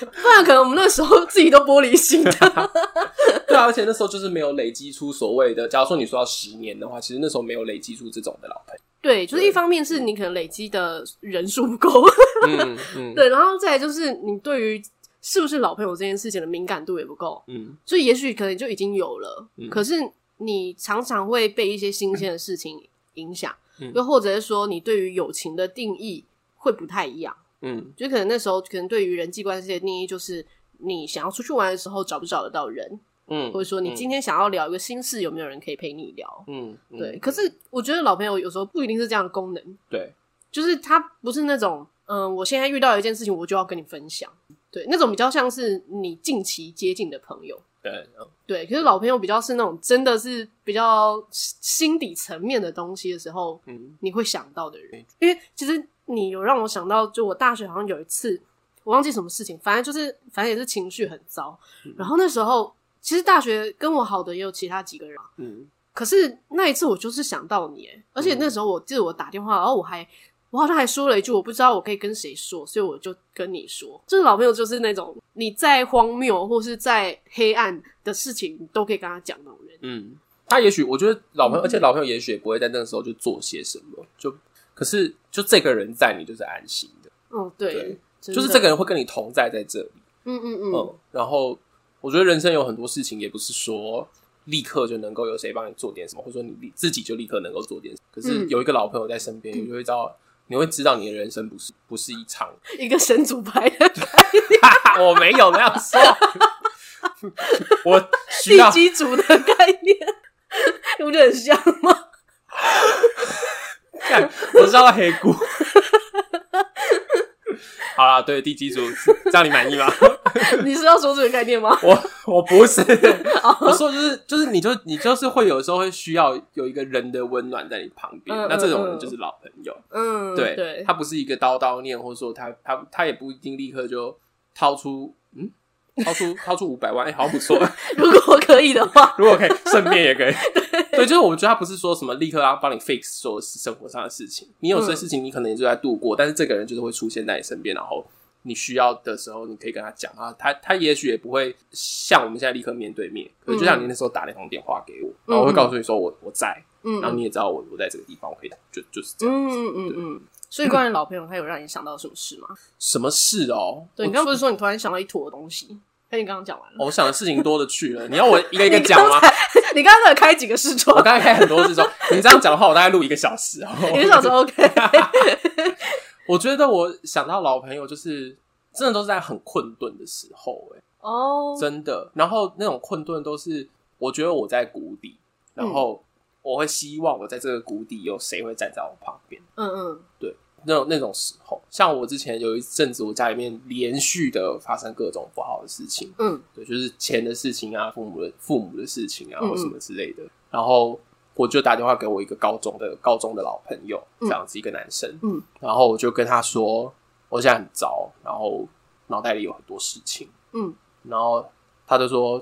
Speaker 1: 不然可能我们那时候自己都玻璃心 的。
Speaker 2: 对啊，而且那时候就是没有累积出所谓的，假如说你说要十年的话，其实那时候没有累积出这种的老朋
Speaker 1: 对，就是一方面是你可能累积的人数不够，
Speaker 2: 友。嗯嗯，
Speaker 1: 对，然后再来就是你对于是不是老朋友这件事情的敏感度也不够，
Speaker 2: 嗯，
Speaker 1: 所以也许可能就已经有了，
Speaker 2: 嗯
Speaker 1: 可是你常常会被一些新鲜的事情影响，
Speaker 2: 嗯
Speaker 1: 又或者是说你对于友情的定义会不太一样，
Speaker 2: 嗯
Speaker 1: 就可能那时候可能对于人际关系的定义就是你想要出去玩的时候找不找得到人，
Speaker 2: 嗯，
Speaker 1: 或者说你今天想要聊一个心事，有没有人可以陪你聊？
Speaker 2: 嗯，嗯
Speaker 1: 对，可是我觉得老朋友有时候不一定是这样的功能，
Speaker 2: 对，
Speaker 1: 就是他不是那种，嗯，我现在遇到一件事情，我就要跟你分享，对，那种比较像是你近期接近的朋友，
Speaker 2: 对，嗯
Speaker 1: 对。可是老朋友比较是那种真的是比较心底层面的东西的时候，
Speaker 2: 嗯
Speaker 1: 你会想到的人，因为其实你有让我想到，就我大学好像有一次，我忘记什么事情，反正就是反正也是情绪很糟，然后那时候其实大学跟我好的也有其他几个人啊，
Speaker 2: 嗯
Speaker 1: 可是那一次我就是想到你耶，而且那时候我记得我打电话，然后我还我好像还说了一句我不知道我可以跟谁说，所以我就跟你说，就是老朋友就是那种你再荒谬或是再黑暗的事情你都可以跟他讲那种人。
Speaker 2: 嗯，他也许我觉得老朋友，而且老朋友也许也不会在那个时候就做些什么，就可是就这个人在你就是安心的，
Speaker 1: 嗯，对
Speaker 2: 对，
Speaker 1: 真的
Speaker 2: 就是这个，人会跟你同在在这里，
Speaker 1: 嗯嗯嗯，
Speaker 2: 嗯，然后我觉得人生有很多事情也不是说。立刻就能够有谁帮你做点什么，或者说你立自己就立刻能够做点什么。可是
Speaker 1: 嗯
Speaker 2: 有一个老朋友在身边，你就会知道，你会知道你的人生不是不是一场
Speaker 1: 一个神主牌的
Speaker 2: 我没有那样说， 我需
Speaker 1: 地
Speaker 2: 要
Speaker 1: 基组的概念，你不觉得很 像吗？
Speaker 2: 干，我知道黑姑。 好啦，对地基组，这样你满意吗？
Speaker 1: 你是要说这个概念吗？
Speaker 2: 我我不是，
Speaker 1: 哦
Speaker 2: 我说就是就是，你就你就是会有时候会需要有一个人的温暖在你旁边，
Speaker 1: 嗯
Speaker 2: 那这
Speaker 1: 嗯
Speaker 2: 种
Speaker 1: 嗯
Speaker 2: 人就是老朋友，
Speaker 1: 嗯，
Speaker 2: 对，
Speaker 1: 对
Speaker 2: 他，不是一个叨叨念，或者说他他他也不一定立刻就掏出嗯掏出掏出五百万，哎、好像不错，
Speaker 1: 如果可以的话，
Speaker 2: 如果可以，顺便也可 以。对，就是我觉得他不是说什么立刻要帮你 fix 所有生活上的事情，你有
Speaker 1: 嗯
Speaker 2: 些事情你可能也就在度过，但是这个人就是会出现在你身边，然后你需要的时候你可以跟他讲啊，他他也许也不会像我们现在立刻面对面，可是就像你那时候打那通电话给我，然后我会告诉你说我我在，
Speaker 1: 嗯，
Speaker 2: 然后你也知道我我在这个地方，我可以就就是 这样。
Speaker 1: 嗯嗯嗯嗯。所以关于老朋友，他有让你想到什么事吗？
Speaker 2: 什么事哦？
Speaker 1: 对，
Speaker 2: 我
Speaker 1: 你刚刚不是说你突然想到一坨东西？那你刚刚讲完了。
Speaker 2: 哦我想的事情多了去了，你要我一个 一
Speaker 1: 你
Speaker 2: 个讲
Speaker 1: 刚
Speaker 2: 吗？
Speaker 1: 才，你刚才有开几个视
Speaker 2: 我
Speaker 1: 窗？
Speaker 2: 刚才开很多次说，你这样讲的话，我大概录一个小时哦。
Speaker 1: 你是想说 OK？
Speaker 2: 我觉得我想到老朋友，就是真的都是在很困顿的时候、欸，
Speaker 1: 哦，
Speaker 2: 真的。然后那种困顿都是，我觉得我在谷底，然
Speaker 1: 嗯
Speaker 2: 后我会希望我在这个谷底有谁会站在我旁边。
Speaker 1: 嗯嗯
Speaker 2: 那种那种时候，像我之前有一阵子，我家里面连续的发生各种不好的事情，
Speaker 1: 嗯
Speaker 2: 对，就是钱的事情啊，父母的父母的事情啊，
Speaker 1: 嗯嗯
Speaker 2: 或什么之类的。然后我就打电话给我一个高中的高中的老朋友，
Speaker 1: 嗯
Speaker 2: 这样子一个男生，
Speaker 1: 嗯，
Speaker 2: 然后我就跟他说，我现在很糟，然后脑袋里有很多事情，
Speaker 1: 嗯，
Speaker 2: 然后他就说，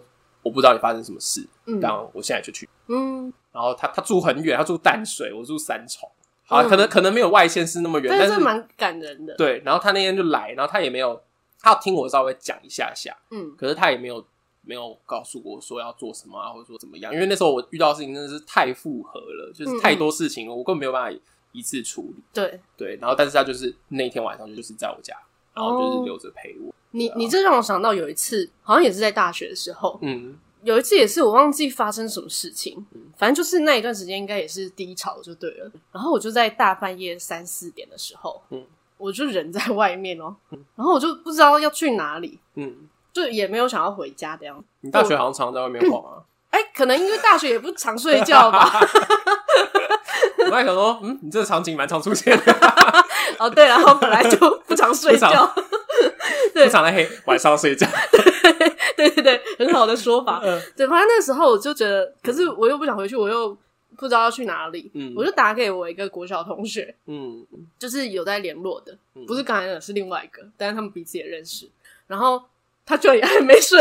Speaker 2: 我不知道你发生什么事，
Speaker 1: 嗯
Speaker 2: 然后我现在就去。
Speaker 1: 嗯，
Speaker 2: 然后他他住很远，他住淡水，我住三重，好啊，
Speaker 1: 嗯
Speaker 2: 可能可能没有外县市那么远，
Speaker 1: 但
Speaker 2: 但
Speaker 1: 是
Speaker 2: 是
Speaker 1: 蛮感人的。，
Speaker 2: 对，然后他那天就来，然后他也没有，他有听我稍微讲一下下，
Speaker 1: 嗯
Speaker 2: 可是他也没有没有告诉我说要做什么啊，或者说怎么样，因为那时候我遇到的事情真的是太复合了，就
Speaker 1: 嗯嗯
Speaker 2: 是太多事情了，我根本没有办法一次处理。
Speaker 1: 对
Speaker 2: 对，啊然后但是他就是那天晚上就是在我家，然后就
Speaker 1: 哦
Speaker 2: 是留着陪我。
Speaker 1: 你
Speaker 2: 对啊
Speaker 1: 你这让我想到有一次，好像也是在大学的时候，
Speaker 2: 嗯
Speaker 1: 有一次也是我忘记发生什么事情，反正就是那一段时间应该也是低潮就对了。然后我就在大半夜三四点的时候，
Speaker 2: 嗯
Speaker 1: 我就人在外面哦、然后我就不知道要去哪里，
Speaker 2: 嗯，
Speaker 1: 就也没有想要回家的样子。
Speaker 2: 你大学好像常常在外面晃啊。
Speaker 1: 哎、可能因为大学也不常睡觉 吧。
Speaker 2: 我在想说，嗯，你这个场景蛮常出现的，
Speaker 1: 哦，对了，我本来就不常睡
Speaker 2: 不
Speaker 1: 觉
Speaker 2: 常，
Speaker 1: 对
Speaker 2: 不常在黑晚上睡觉。
Speaker 1: 对对对，很好的说法。
Speaker 2: 嗯
Speaker 1: 对，反正那时候我就觉得，可是我又不想回去，我又不知道要去哪里，
Speaker 2: 嗯
Speaker 1: 我就打给我一个国小同学，
Speaker 2: 嗯
Speaker 1: 就是有在联络的，
Speaker 2: 嗯
Speaker 1: 不是刚才那个，是另外一个，但是他们彼此也认识。然后他居然也还没睡，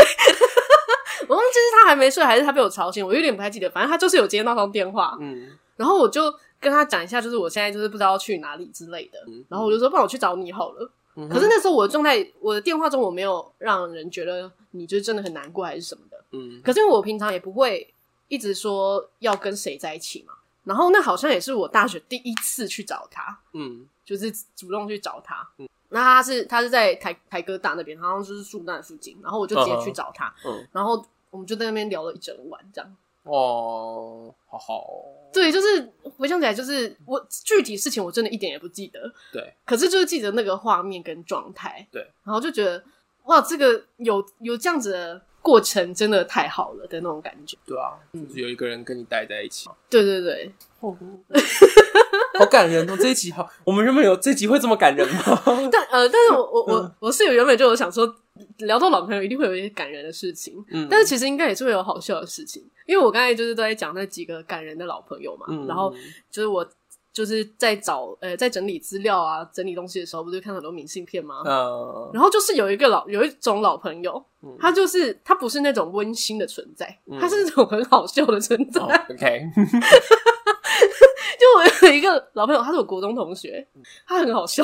Speaker 1: 我忘记是他还没睡还是他被我吵醒，我有点不太记得。反正他就是有接那通电话，
Speaker 2: 嗯
Speaker 1: 然后我就跟他讲一下，就是我现在就是不知道要去哪里之类的
Speaker 2: 嗯。
Speaker 1: 然后我就说，帮我去找你好了。
Speaker 2: 嗯哼，
Speaker 1: 可是那时候我的状态，我的电话中我没有让人觉得你就是真的很难过还是什么的。
Speaker 2: 嗯
Speaker 1: 可是因为我平常也不会一直说要跟谁在一起嘛。然后那好像也是我大学第一次去找他，
Speaker 2: 嗯
Speaker 1: 就是主动去找他。那他是他是在台台哥大那边，好像就是住那附近，然后我就直接去找他，
Speaker 2: 嗯
Speaker 1: 然后我们就在那边聊了一整晚，这样。
Speaker 2: 哦，好好哦，
Speaker 1: 对，就是回想起来，就是我具体事情我真的一点也不记得，
Speaker 2: 对，
Speaker 1: 可是就是记得那个画面跟状态，
Speaker 2: 对，
Speaker 1: 然后就觉得哇，这个有有这样子的过程真的太好了的那种感觉。
Speaker 2: 对啊，
Speaker 1: 嗯
Speaker 2: 就是有一个人跟你待在一起，
Speaker 1: 对对对，
Speaker 2: 哦，好感人哦！这一集好，我们原本有这一集会这么感人吗？
Speaker 1: 但呃，但是我我我
Speaker 2: 嗯
Speaker 1: 我是有原本就有想说，聊到老朋友一定会有一些感人的事情，
Speaker 2: 嗯
Speaker 1: 但是其实应该也是会有好笑的事情，因为我刚才就是都在讲那几个感人的老朋友嘛，
Speaker 2: 嗯
Speaker 1: 然后就是我就是在找呃在整理资料啊整理东西的时候，不是看到很多明信片吗？
Speaker 2: 呃，
Speaker 1: 然后就是有一个老有一种老朋友，
Speaker 2: 嗯
Speaker 1: 他就是他不是那种温馨的存在，
Speaker 2: 嗯
Speaker 1: 他是那种很好笑的存在。
Speaker 2: 哦 OK，
Speaker 1: 就我有一个老朋友，他是我国中同学，
Speaker 2: 嗯
Speaker 1: 他很好笑，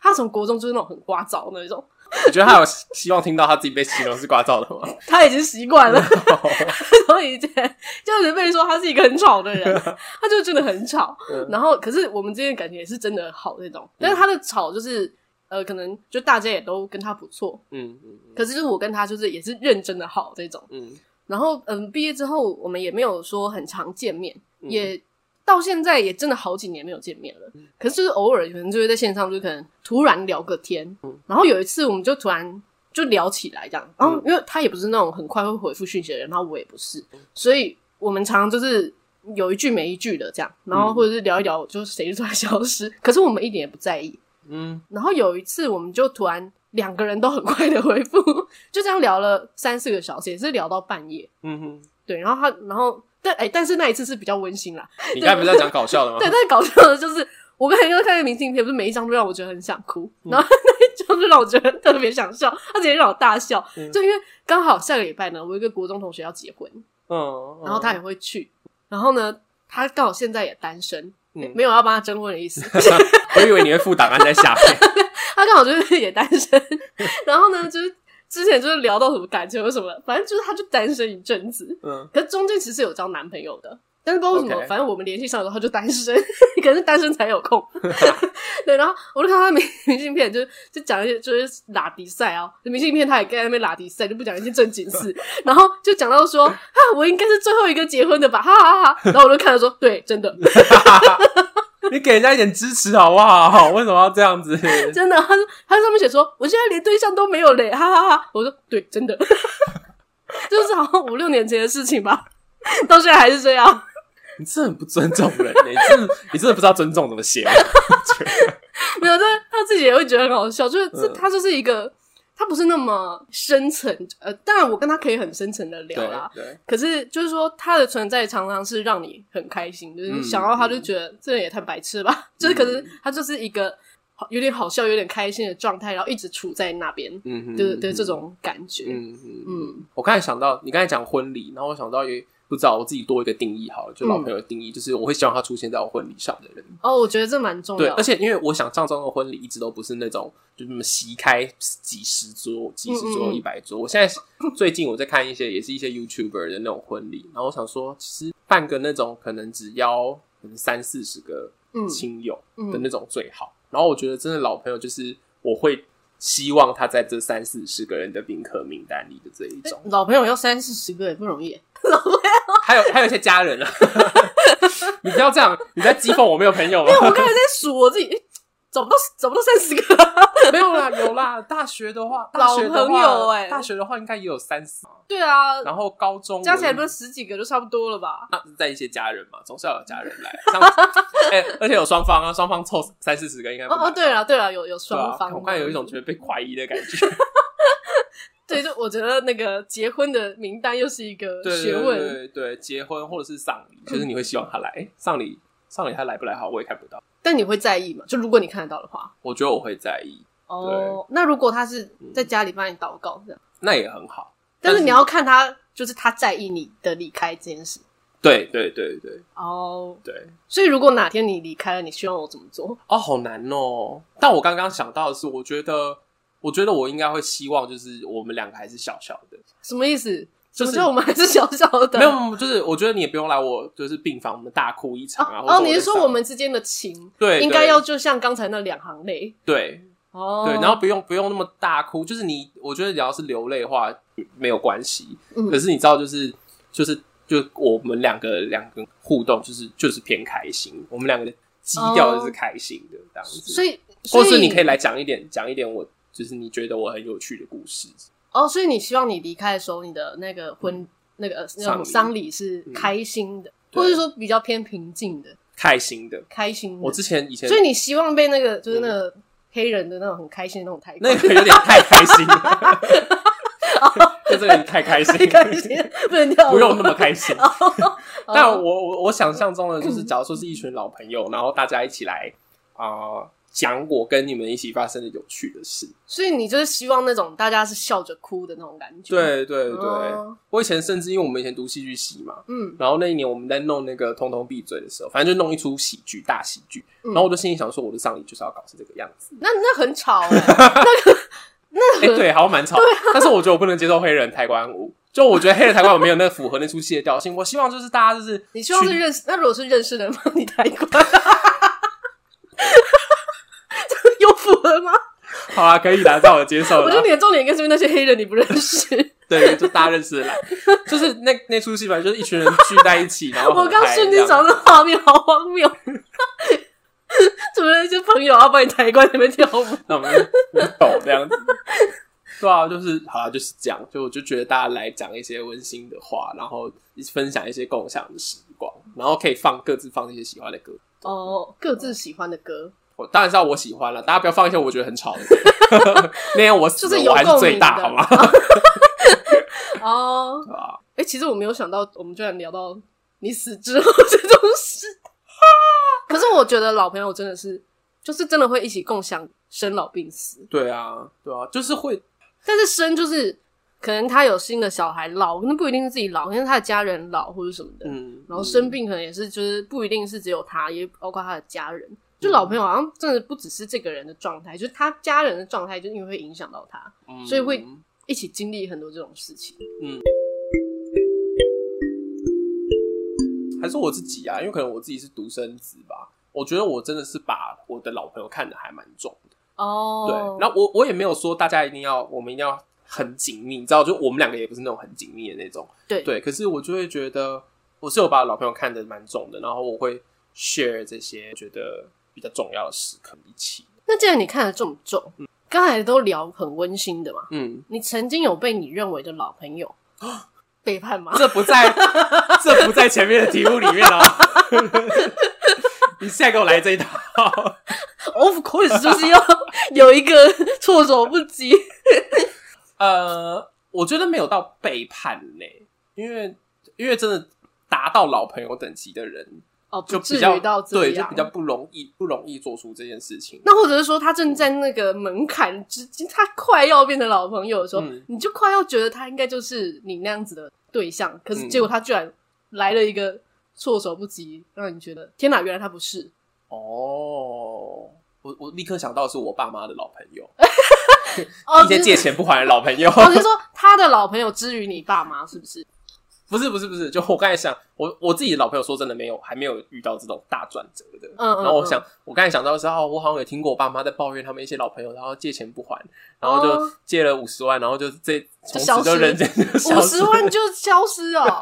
Speaker 1: 他从国中就是那种很聒噪的那种，
Speaker 2: 你觉得他有希望听到他自己被形容是刮噪的吗？
Speaker 1: 他已经习惯了，
Speaker 2: 嗯
Speaker 1: 所以以前就是被说他是一个很吵的 人，他就真的很吵。
Speaker 2: 嗯
Speaker 1: 然后，可是我们之间的感情也是真的好那种，但是他的吵就是呃，可能就大家也都跟他不错，
Speaker 2: 嗯嗯
Speaker 1: 可是就是我跟他就是也是认真的好这种。
Speaker 2: 嗯
Speaker 1: 然后嗯，毕业之后我们也没有说很常见面，
Speaker 2: 嗯
Speaker 1: 也到现在也真的好几年没有见面了。可是就是偶尔可能就会在线上，就可能突然聊个天。
Speaker 2: 嗯
Speaker 1: 然后有一次我们就突然就聊起来这样，然后因为他也不是那种很快会回复讯息的人，然后我也不是，
Speaker 2: 嗯
Speaker 1: 所以我们常常就是。有一句没一句的这样，然后
Speaker 2: 嗯
Speaker 1: 或者是聊一聊，就谁就突然消失。 可是我们一点也不在意。
Speaker 2: 嗯
Speaker 1: 然后有一次，我们就突然两个人都很快的回复， 就这样聊了三四个小时，也是聊到半夜。
Speaker 2: 嗯哼，
Speaker 1: 对，然后他，然后但哎、但是那一次是比较温馨啦。
Speaker 2: 你刚才不是在讲搞笑的吗？
Speaker 1: 对，但是搞笑的就是，我刚才刚看那个明信片，不是每一张都让我觉得很想哭，
Speaker 2: 嗯
Speaker 1: 然后那一张就让我觉得特别想笑，他直接让我大笑。
Speaker 2: 嗯
Speaker 1: 就因为刚好下个礼拜呢，我有一个国中同学要结婚，
Speaker 2: 嗯，
Speaker 1: 然后他也会去，然后呢，他刚好现在也单身，
Speaker 2: 嗯
Speaker 1: 没有要帮他征婚的意思，
Speaker 2: 我以为你会附档案在下面，
Speaker 1: 他刚好就是也单身，然后呢，就是之前就是聊到什么感情或什么，反正就是他就单身一阵子，
Speaker 2: 嗯，
Speaker 1: 可是中间其实有交男朋友的，但是不知道为什么
Speaker 2: OK
Speaker 1: 反正我们联系上的时候他就单身， 可能是单身才有空。对，然后我就看他明明信片，就是就讲一些就是拉迪赛啊，明信片他也跟在那边拉迪赛，就不讲一些正经事，然后就讲到说，哈，我应该是最后一个结婚的吧，哈哈哈哈。然后我就看了说，对，真的，
Speaker 2: 你给人家一点支持好不好？为什么要这样子？
Speaker 1: 真的，他说他上面写说，我现在连对象都没有嘞，哈哈哈哈。我说对，真的， 就是好像五六年前的事情吧，到现在还是这样。
Speaker 2: 你真的很不尊重人，欸你真的你真的不知道尊重怎么写吗？
Speaker 1: 没有，但是他自己也会觉得很好笑，就是这
Speaker 2: 嗯
Speaker 1: 他就是一个，他不是那么深层，呃，当然我跟他可以很深层的聊啦，
Speaker 2: 对对，
Speaker 1: 可是就是说他的存在常常是让你很开心，就是你
Speaker 2: 嗯
Speaker 1: 想到他就觉得这人也太白痴了吧， 就是可是他就是一个好有点好笑、有点开心的状态，然后一直处在那边，
Speaker 2: 嗯哼，
Speaker 1: 对对对，这种感觉，嗯
Speaker 2: 嗯嗯嗯，我刚才想到，你刚才讲婚礼，然后我想到也不知道我自己多一个定义好了，
Speaker 1: 嗯
Speaker 2: 就老朋友的定义，就是我会希望他出现在我婚礼上的人。
Speaker 1: 哦，我觉得这蛮重
Speaker 2: 对，
Speaker 1: 要的，
Speaker 2: 而且因为我想象中的婚礼一直都不是那种就那么席开几十桌、几十桌、
Speaker 1: 嗯嗯嗯
Speaker 2: 一百桌。我现在最近我在看一些也是一些 YouTuber 的那种婚礼，然后我想说，其实办个那种可能只邀可能三四十个
Speaker 1: 嗯
Speaker 2: 亲友
Speaker 1: 嗯
Speaker 2: 的那种最好。然后我觉得真的老朋友就是我会希望他在这三四十个人的宾客名单里的这一种。
Speaker 1: 老朋友要三四十个也不容易， 哦
Speaker 2: 还有还有一些家人啊， 你不要这样，你在讥讽我没有朋友吗？
Speaker 1: 我刚才在数我自己，诶找不到找不到三十
Speaker 2: 啊
Speaker 1: 个。
Speaker 2: 没有啦，有啦。大学的话，大
Speaker 1: 老
Speaker 2: 学的
Speaker 1: 朋
Speaker 2: 话
Speaker 1: 友欸
Speaker 2: 大学的话应该也有三四，
Speaker 1: 对啊，
Speaker 2: 然后高中
Speaker 1: 加起来不
Speaker 2: 我
Speaker 1: 是十几个就差不多了吧？
Speaker 2: 那在一些家人嘛，总是要有家人来。 像哎、而且有双方啊，双方凑三四十个应该不
Speaker 1: 哦哦，
Speaker 2: 难
Speaker 1: 对了对了，有有
Speaker 2: 对啊
Speaker 1: 双方，
Speaker 2: 我看有一种觉得被怀疑的感觉，
Speaker 1: 对，就我觉得那个结婚的名单又是一个
Speaker 2: 对
Speaker 1: 学
Speaker 2: 对对
Speaker 1: 问，
Speaker 2: 对对，结婚或者是丧礼，就是你会希望他来丧礼，丧礼他来不来好我也看不到，
Speaker 1: 但你会在意吗？就如果你看得到的话，
Speaker 2: 我觉得我会在意，
Speaker 1: 哦，那如果他是
Speaker 2: 嗯
Speaker 1: 在家里帮你祷告这样，
Speaker 2: 那也很好。
Speaker 1: 但是你要看他，就是他在意你的离开这件事。
Speaker 2: 对对对对
Speaker 1: 哦，
Speaker 2: 对，
Speaker 1: 所以如果哪天你离开了，你希望我怎么做？
Speaker 2: 哦，好难哦。但我刚刚想到的是，我觉得，我觉得我应该会希望，就是我们两个还是小小的，
Speaker 1: 什么意思？
Speaker 2: 就是
Speaker 1: 什么叫我们还是小小的？
Speaker 2: 没有，啊没有就是我觉得你也不用来我就是病房，我们大哭一场啊。
Speaker 1: 哦
Speaker 2: 或者
Speaker 1: 哦，你是
Speaker 2: 在
Speaker 1: 说
Speaker 2: 上
Speaker 1: 我们之间的情
Speaker 2: 对
Speaker 1: 应该
Speaker 2: 对
Speaker 1: 要就像刚才那两行泪？
Speaker 2: 对
Speaker 1: 哦，
Speaker 2: 对，然后不用不用那么大哭，就是你，我觉得只要是流泪的话没有关系。
Speaker 1: 嗯
Speaker 2: 可是你知道、就是，就是就我们两个两个互动，就是就是偏开心，我们两个的基调就是开心的、这样子。
Speaker 1: 哦所
Speaker 2: 以，
Speaker 1: 以所
Speaker 2: 或
Speaker 1: 以
Speaker 2: 是你可以来讲一点，讲一点我就是你觉得我很有趣的故事。
Speaker 1: 哦，所以你希望你离开的时候，你的那个婚、那个呃那种
Speaker 2: 嗯丧
Speaker 1: 丧礼是
Speaker 2: 嗯
Speaker 1: 开心的，
Speaker 2: 对
Speaker 1: 或者说比较偏平静的、
Speaker 2: 开心的，
Speaker 1: 开心的。
Speaker 2: 我之前以前
Speaker 1: 嗯所以你希望被那个就是那个黑人的那种很开心的那种抬高，
Speaker 2: 那个有点太开 心了，
Speaker 1: 哦
Speaker 2: 就这个人太开心，
Speaker 1: 太开心 了，不能跳舞，
Speaker 2: 不用那么开心。
Speaker 1: 哦
Speaker 2: 但我我我想象中的就是，假如说是一群老朋友，然后大家一起来啊讲、我跟你们一起发生的有趣的事。
Speaker 1: 所以你就是希望那种大家是笑着哭的那种感觉。，
Speaker 2: 对对对，
Speaker 1: 哦
Speaker 2: 我以前甚至因为我们以前读戏剧系嘛，
Speaker 1: 嗯，
Speaker 2: 然后那一年我们在弄那个《通通闭嘴》的时候，反正就弄一出喜剧大喜剧，
Speaker 1: 嗯
Speaker 2: 然后我就心里想说，我的葬礼就是要搞成这个样子。
Speaker 1: 那那很吵哎、欸，
Speaker 2: 哎、对，好像蛮吵，
Speaker 1: 啊
Speaker 2: 但是我觉得我不能接受黑人抬棺舞。就我觉得黑人抬棺舞没有那符合那出戏的调性，我希望就是大家就是
Speaker 1: 你希望是
Speaker 2: 群
Speaker 1: 认识？那如果是认识的人帮你抬 棺， 这个有符合吗？
Speaker 2: 好啊，可以啦，在我接受 了。
Speaker 1: 我觉得你的重点应该是因为那些黑人你不认识。
Speaker 2: 对，就大家认识的来，就是那那出戏，反正就是一群人聚在一起，然后
Speaker 1: 我
Speaker 2: 很
Speaker 1: 刚
Speaker 2: 嗨
Speaker 1: 瞬
Speaker 2: 这
Speaker 1: 间
Speaker 2: 样
Speaker 1: 想到画面好荒谬， 怎么那些朋友要把你抬棺在那边跳舞？
Speaker 2: 那我们就抖这样子。对啊，就是好啦，就是这样。就我就觉得大家来讲一些温馨的话，然后分享一些共享的时光，然后可以放各自放一些喜欢的歌。
Speaker 1: 哦，各自喜欢的歌，
Speaker 2: 我当然知道我喜欢了，大家不要放一些我觉得很 吵的歌。那天我死
Speaker 1: 就是
Speaker 2: 了，
Speaker 1: 有
Speaker 2: 我还是
Speaker 1: 共
Speaker 2: 最
Speaker 1: 鸣
Speaker 2: 大，
Speaker 1: 的
Speaker 2: 好吗？
Speaker 1: 哦，
Speaker 2: 对啊，
Speaker 1: 哎、其实我没有想到，我们居然聊到你死之后这种事。 可是我觉得老朋友真的是，就是真的会一起共享生老病死。
Speaker 2: 对啊，对啊，就是会
Speaker 1: 但是生就是可能他有新的小孩老，那不一定是自己老，可能是他的家人老或者什么的。
Speaker 2: 嗯，
Speaker 1: 然后
Speaker 2: 嗯
Speaker 1: 生病可能也是，就是不一定是只有他，也包括他的家人。就老朋友好像真的不只是这个人的状态，就是他家人的状态，就因为会影响到他，
Speaker 2: 嗯
Speaker 1: 所以会一起经历很多这种事情。
Speaker 2: 还是我自己啊，因为可能我自己是独生子吧，我觉得我真的是把我的老朋友看得还蛮重的。
Speaker 1: 哦
Speaker 2: 对，然后我我也没有说大家一定要，我们一定要很紧密，你知道，就我们两个也不是那种很紧密的那种。
Speaker 1: 对
Speaker 2: 对，可是我就会觉得我是有把老朋友看得蛮重的，然后我会 share 这些觉得比较重要的时刻一起。
Speaker 1: 那既然你看得这么重，刚才都聊很温馨的嘛，
Speaker 2: 嗯，
Speaker 1: 你曾经有被你认为的老朋友
Speaker 2: 啊
Speaker 1: 背叛吗？
Speaker 2: 这不 在这不在前面的题目里面哦。你现在给我来这一套，
Speaker 1: of course，就是要 有一个措手不及。
Speaker 2: 呃，我觉得没有到背叛呢、因为因为真的达到老朋友等级的人，
Speaker 1: 哦，不
Speaker 2: 就
Speaker 1: 至
Speaker 2: 比较
Speaker 1: 于到这
Speaker 2: 对，就
Speaker 1: 样，
Speaker 2: 比较不容易不容易做出这件事情。
Speaker 1: 那或者是说，他正在那个门槛之，他快要变成老朋友的时候，
Speaker 2: 嗯
Speaker 1: 你就快要觉得他应该就是你那样子的对象，可是
Speaker 2: 嗯
Speaker 1: 结果他居然来了一个措手不及，让你觉得天哪，原来他不是。
Speaker 2: 哦，我我立刻想到是我爸妈的老朋友，
Speaker 1: 哦，
Speaker 2: 一些
Speaker 1: 就是
Speaker 2: 借钱不还的老朋友。
Speaker 1: 哦，就是说他的老朋友之于你爸妈是不是？
Speaker 2: 不是不是不是，就我刚才想，我我自己的老朋友说真的没有，还没有遇到这种大转折的。
Speaker 1: 嗯嗯
Speaker 2: 然后我想，我刚才想到的时候，我好像有听过我爸妈在抱怨他们一些老朋友，然后借钱不还，然后就
Speaker 1: 哦
Speaker 2: 借了五十万，然后就这从
Speaker 1: 消
Speaker 2: 此就
Speaker 1: 失
Speaker 2: 人间就消
Speaker 1: 五
Speaker 2: 失
Speaker 1: 十万就消失哦，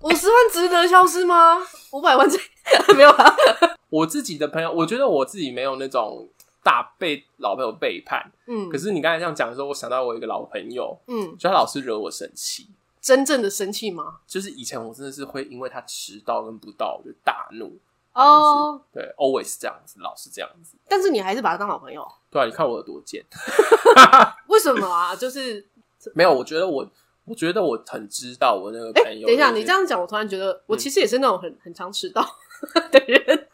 Speaker 1: 五十万值得消失吗？五百万这 没有啊啦。
Speaker 2: 我自己的朋友，我觉得我自己没有那种大被老朋友背叛。
Speaker 1: 嗯，
Speaker 2: 可是你刚才这样讲的时候，我想到我一个老朋友，
Speaker 1: 嗯，
Speaker 2: 就他老是惹我生气。
Speaker 1: 真正的生气吗？
Speaker 2: 就是以前我真的是会因为他迟到跟不到我就大怒，
Speaker 1: 哦，
Speaker 2: 对，always 这样子，老是这样子。
Speaker 1: 但是你还是把他当好朋友，
Speaker 2: 对啊，你看我有多贱。
Speaker 1: 为什么啊？就是
Speaker 2: 没有，我觉得我，我觉得我很知道我那个
Speaker 1: 哎、
Speaker 2: 朋友。
Speaker 1: 等一下，你这，样讲，我突然觉得
Speaker 2: 嗯
Speaker 1: 我其实也是那种很很常迟到 的人，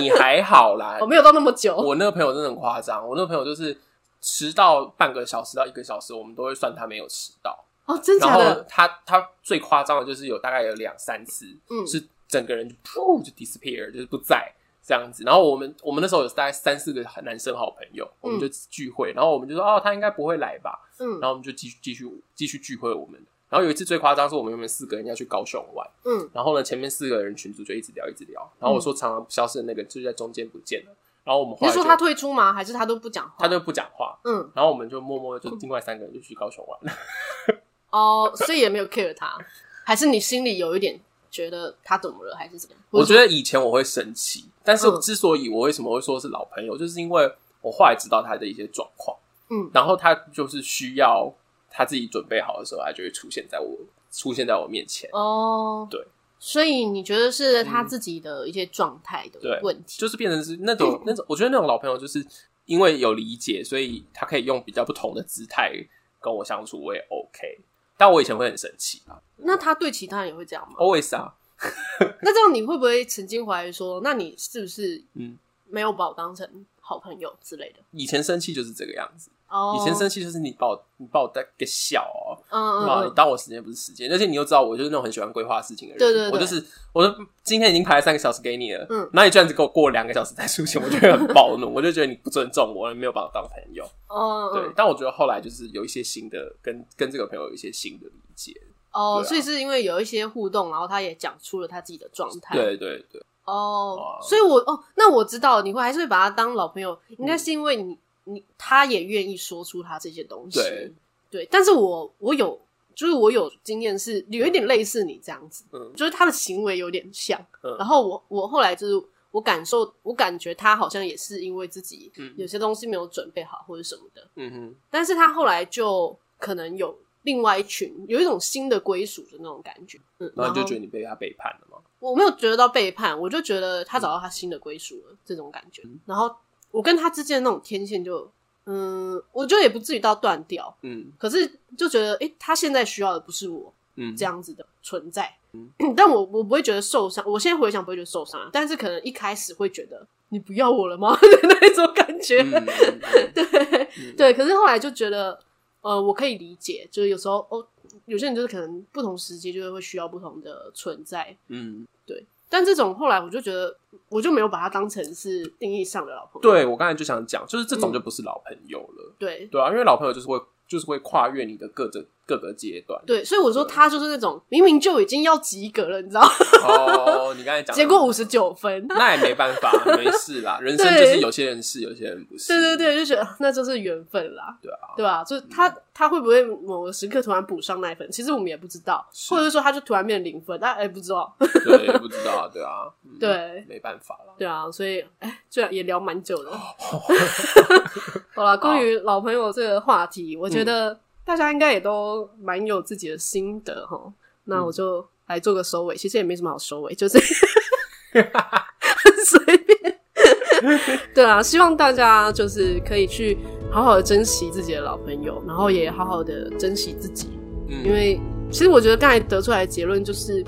Speaker 2: 你还好 啦。
Speaker 1: 我没有到那么久。
Speaker 2: 我那个朋友真的很夸张，我那个朋友就是迟到半个小时到一个小时，我们都会算他没有迟到。
Speaker 1: 哦，真
Speaker 2: 然
Speaker 1: 假
Speaker 2: 后
Speaker 1: 的？
Speaker 2: 他他最夸张的就是有大概有两三次，
Speaker 1: 嗯
Speaker 2: 是整个人就噗就 disappear，就是不在这样子。然后我们我们那时候有大概三四个男生好朋友，我们就聚会，然后我们就说哦，他应该不会来吧，
Speaker 1: 嗯
Speaker 2: 然后我们就继续继续继续聚会我们。然后有一次最夸张是我们原本四个人要去高雄玩，
Speaker 1: 嗯，
Speaker 2: 然后呢前面四个人群组就一直聊一直聊，然后我说常常消失的那个就在中间不见了，然后我们后
Speaker 1: 你
Speaker 2: 来
Speaker 1: 是
Speaker 2: 就
Speaker 1: 说他退出吗？还是他都不讲话？
Speaker 2: 他就不讲话，
Speaker 1: 嗯
Speaker 2: 然后我们就默默地就另外三个人就去高雄玩。
Speaker 1: 哦，所以也没有 care 他，还是你心里有一点觉得他怎么了，还是怎么样？
Speaker 2: 我觉
Speaker 1: 得
Speaker 2: 得以前我会生气，但是
Speaker 1: 嗯
Speaker 2: 之所以我为什么会说是老朋友，就是因为我后来知道他的一些状况，
Speaker 1: 嗯
Speaker 2: 然后他就是需要他自己准备好的时候，他就会出现在我出现在我面前，
Speaker 1: 哦，
Speaker 2: 对，
Speaker 1: 所以你觉得是他自己的一些状态的
Speaker 2: 对
Speaker 1: 问题？
Speaker 2: 就是变成是那 种那种，我觉得那种老朋友就是因为有理解，所以他可以用比较不同的姿态跟我相处，我也 OK。但我以前会很生气啊
Speaker 1: 那他对其他人也会这样吗？
Speaker 2: ，always 啊，
Speaker 1: 那这样你会不会曾经怀疑说，那你是不是
Speaker 2: 嗯
Speaker 1: 没有把我当成好朋友之类的？
Speaker 2: 以前生气就是这个样子，
Speaker 1: 哦，
Speaker 2: 以前生气就是你把我你把我当个笑哦，
Speaker 1: 嗯
Speaker 2: 哇！
Speaker 1: 嗯
Speaker 2: 你
Speaker 1: 嗯，
Speaker 2: 当我时间不是时间，而且你又知道我就是那种很喜欢规划事情的人。
Speaker 1: 对对对
Speaker 2: 我就是，我说今天已经排了三个小时给你了，
Speaker 1: 嗯
Speaker 2: 嗯，那你居然只给我过两个小时才出现，我就会很暴 怒，我就觉得你不尊重我，你没有把我当朋友。
Speaker 1: 哦
Speaker 2: 对，但我觉得后来就是有一些新的跟跟这个朋友有一些新的理解。
Speaker 1: 哦，
Speaker 2: 对啊
Speaker 1: 所以是因为有一些互动，然后他也讲出了他自己的状态。
Speaker 2: 对对对，
Speaker 1: 哦，
Speaker 2: 哦
Speaker 1: 所以我哦，那我知道你会还是会把他当老朋友，
Speaker 2: 嗯
Speaker 1: 应该是因为你、你他也愿意说出他这些东西。
Speaker 2: 对
Speaker 1: 对但是我我有就是我有经验是有一点类似你这样子，
Speaker 2: 嗯
Speaker 1: 就是他的行为有点像。
Speaker 2: 嗯
Speaker 1: 然后我我后来就是我感受我感觉他好像也是因为自己
Speaker 2: 嗯
Speaker 1: 有些东西没有准备好或者什么的，
Speaker 2: 嗯哼，
Speaker 1: 但是他后来就可能有另外一群有一种新的归属的那种感觉。嗯，
Speaker 2: 然后你就觉得你被他背叛了嘛？
Speaker 1: 我没有觉得到背叛，我就觉得他找到他新的归属了、这种感觉。
Speaker 2: 嗯
Speaker 1: 然后我跟他之间的那种天线就，嗯，我觉得也不至于到断掉，
Speaker 2: 嗯
Speaker 1: 可是就觉得，诶、他现在需要的不是我
Speaker 2: 嗯，
Speaker 1: 这样子的存在。
Speaker 2: 嗯
Speaker 1: 但我我不会觉得受伤，我现在回想不会觉得受伤啊，但是可能一开始会觉得你不要我了吗 的那种感觉。
Speaker 2: 嗯，嗯嗯嗯
Speaker 1: 对
Speaker 2: 嗯
Speaker 1: 对，可是后来就觉得，呃，我可以理解，就是有时候哦，有些人就是可能不同时期就是会需要不同的存在，
Speaker 2: 嗯，
Speaker 1: 但这种后来我就觉得，我就没有把它当成是定义上的老朋友。
Speaker 2: 对我刚才就想讲，就是这种
Speaker 1: 嗯
Speaker 2: 就不是老朋友了，
Speaker 1: 对
Speaker 2: 对啊，因为老朋友就是会就是会跨越你的各个各个阶段。
Speaker 1: 对，所以我说他就是那种明明就已经要及格了，你知道吗，
Speaker 2: 哦，你刚才讲的
Speaker 1: 结果五十九分。
Speaker 2: 那也没办法，没事啦。人生就是有些人是，有些人不是。
Speaker 1: 对对对，就觉得啊那就是缘分啦，
Speaker 2: 对啊，
Speaker 1: 对吧、就是他他会不会某个时刻突然补上那一分，其实我们也不知道，
Speaker 2: 是
Speaker 1: 或者说他就突然变零分，但哎不知道，
Speaker 2: 对不知道，对啊，嗯
Speaker 1: 对
Speaker 2: 没办法啦。
Speaker 1: 对啊，所以哎，居然也聊蛮久的。好了，关于老朋友这个话题，我觉得大家应该也都蛮有自己的心得哈。那我就来做个收尾，其实也没什么好收尾，就是很随便。对啊，希望大家就是可以去好好的珍惜自己的老朋友，然后也好好的珍惜自己，因
Speaker 2: 嗯，
Speaker 1: 为其实我觉得刚才得出来的结论就是，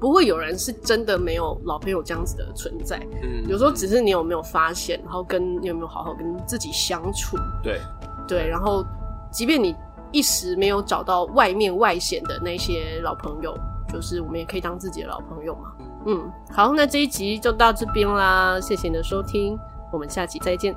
Speaker 1: 不会有人是真的没有老朋友这样子的存在。
Speaker 2: 嗯
Speaker 1: 有时候只是你有没有发现，然后跟你有没有好好跟自己相处，
Speaker 2: 对，
Speaker 1: 对，然后即便你一时没有找到外面外显的那些老朋友，就是我们也可以当自己的老朋友嘛。嗯，好，那这一集就到这边啦，谢谢你的收听，我们下集再见，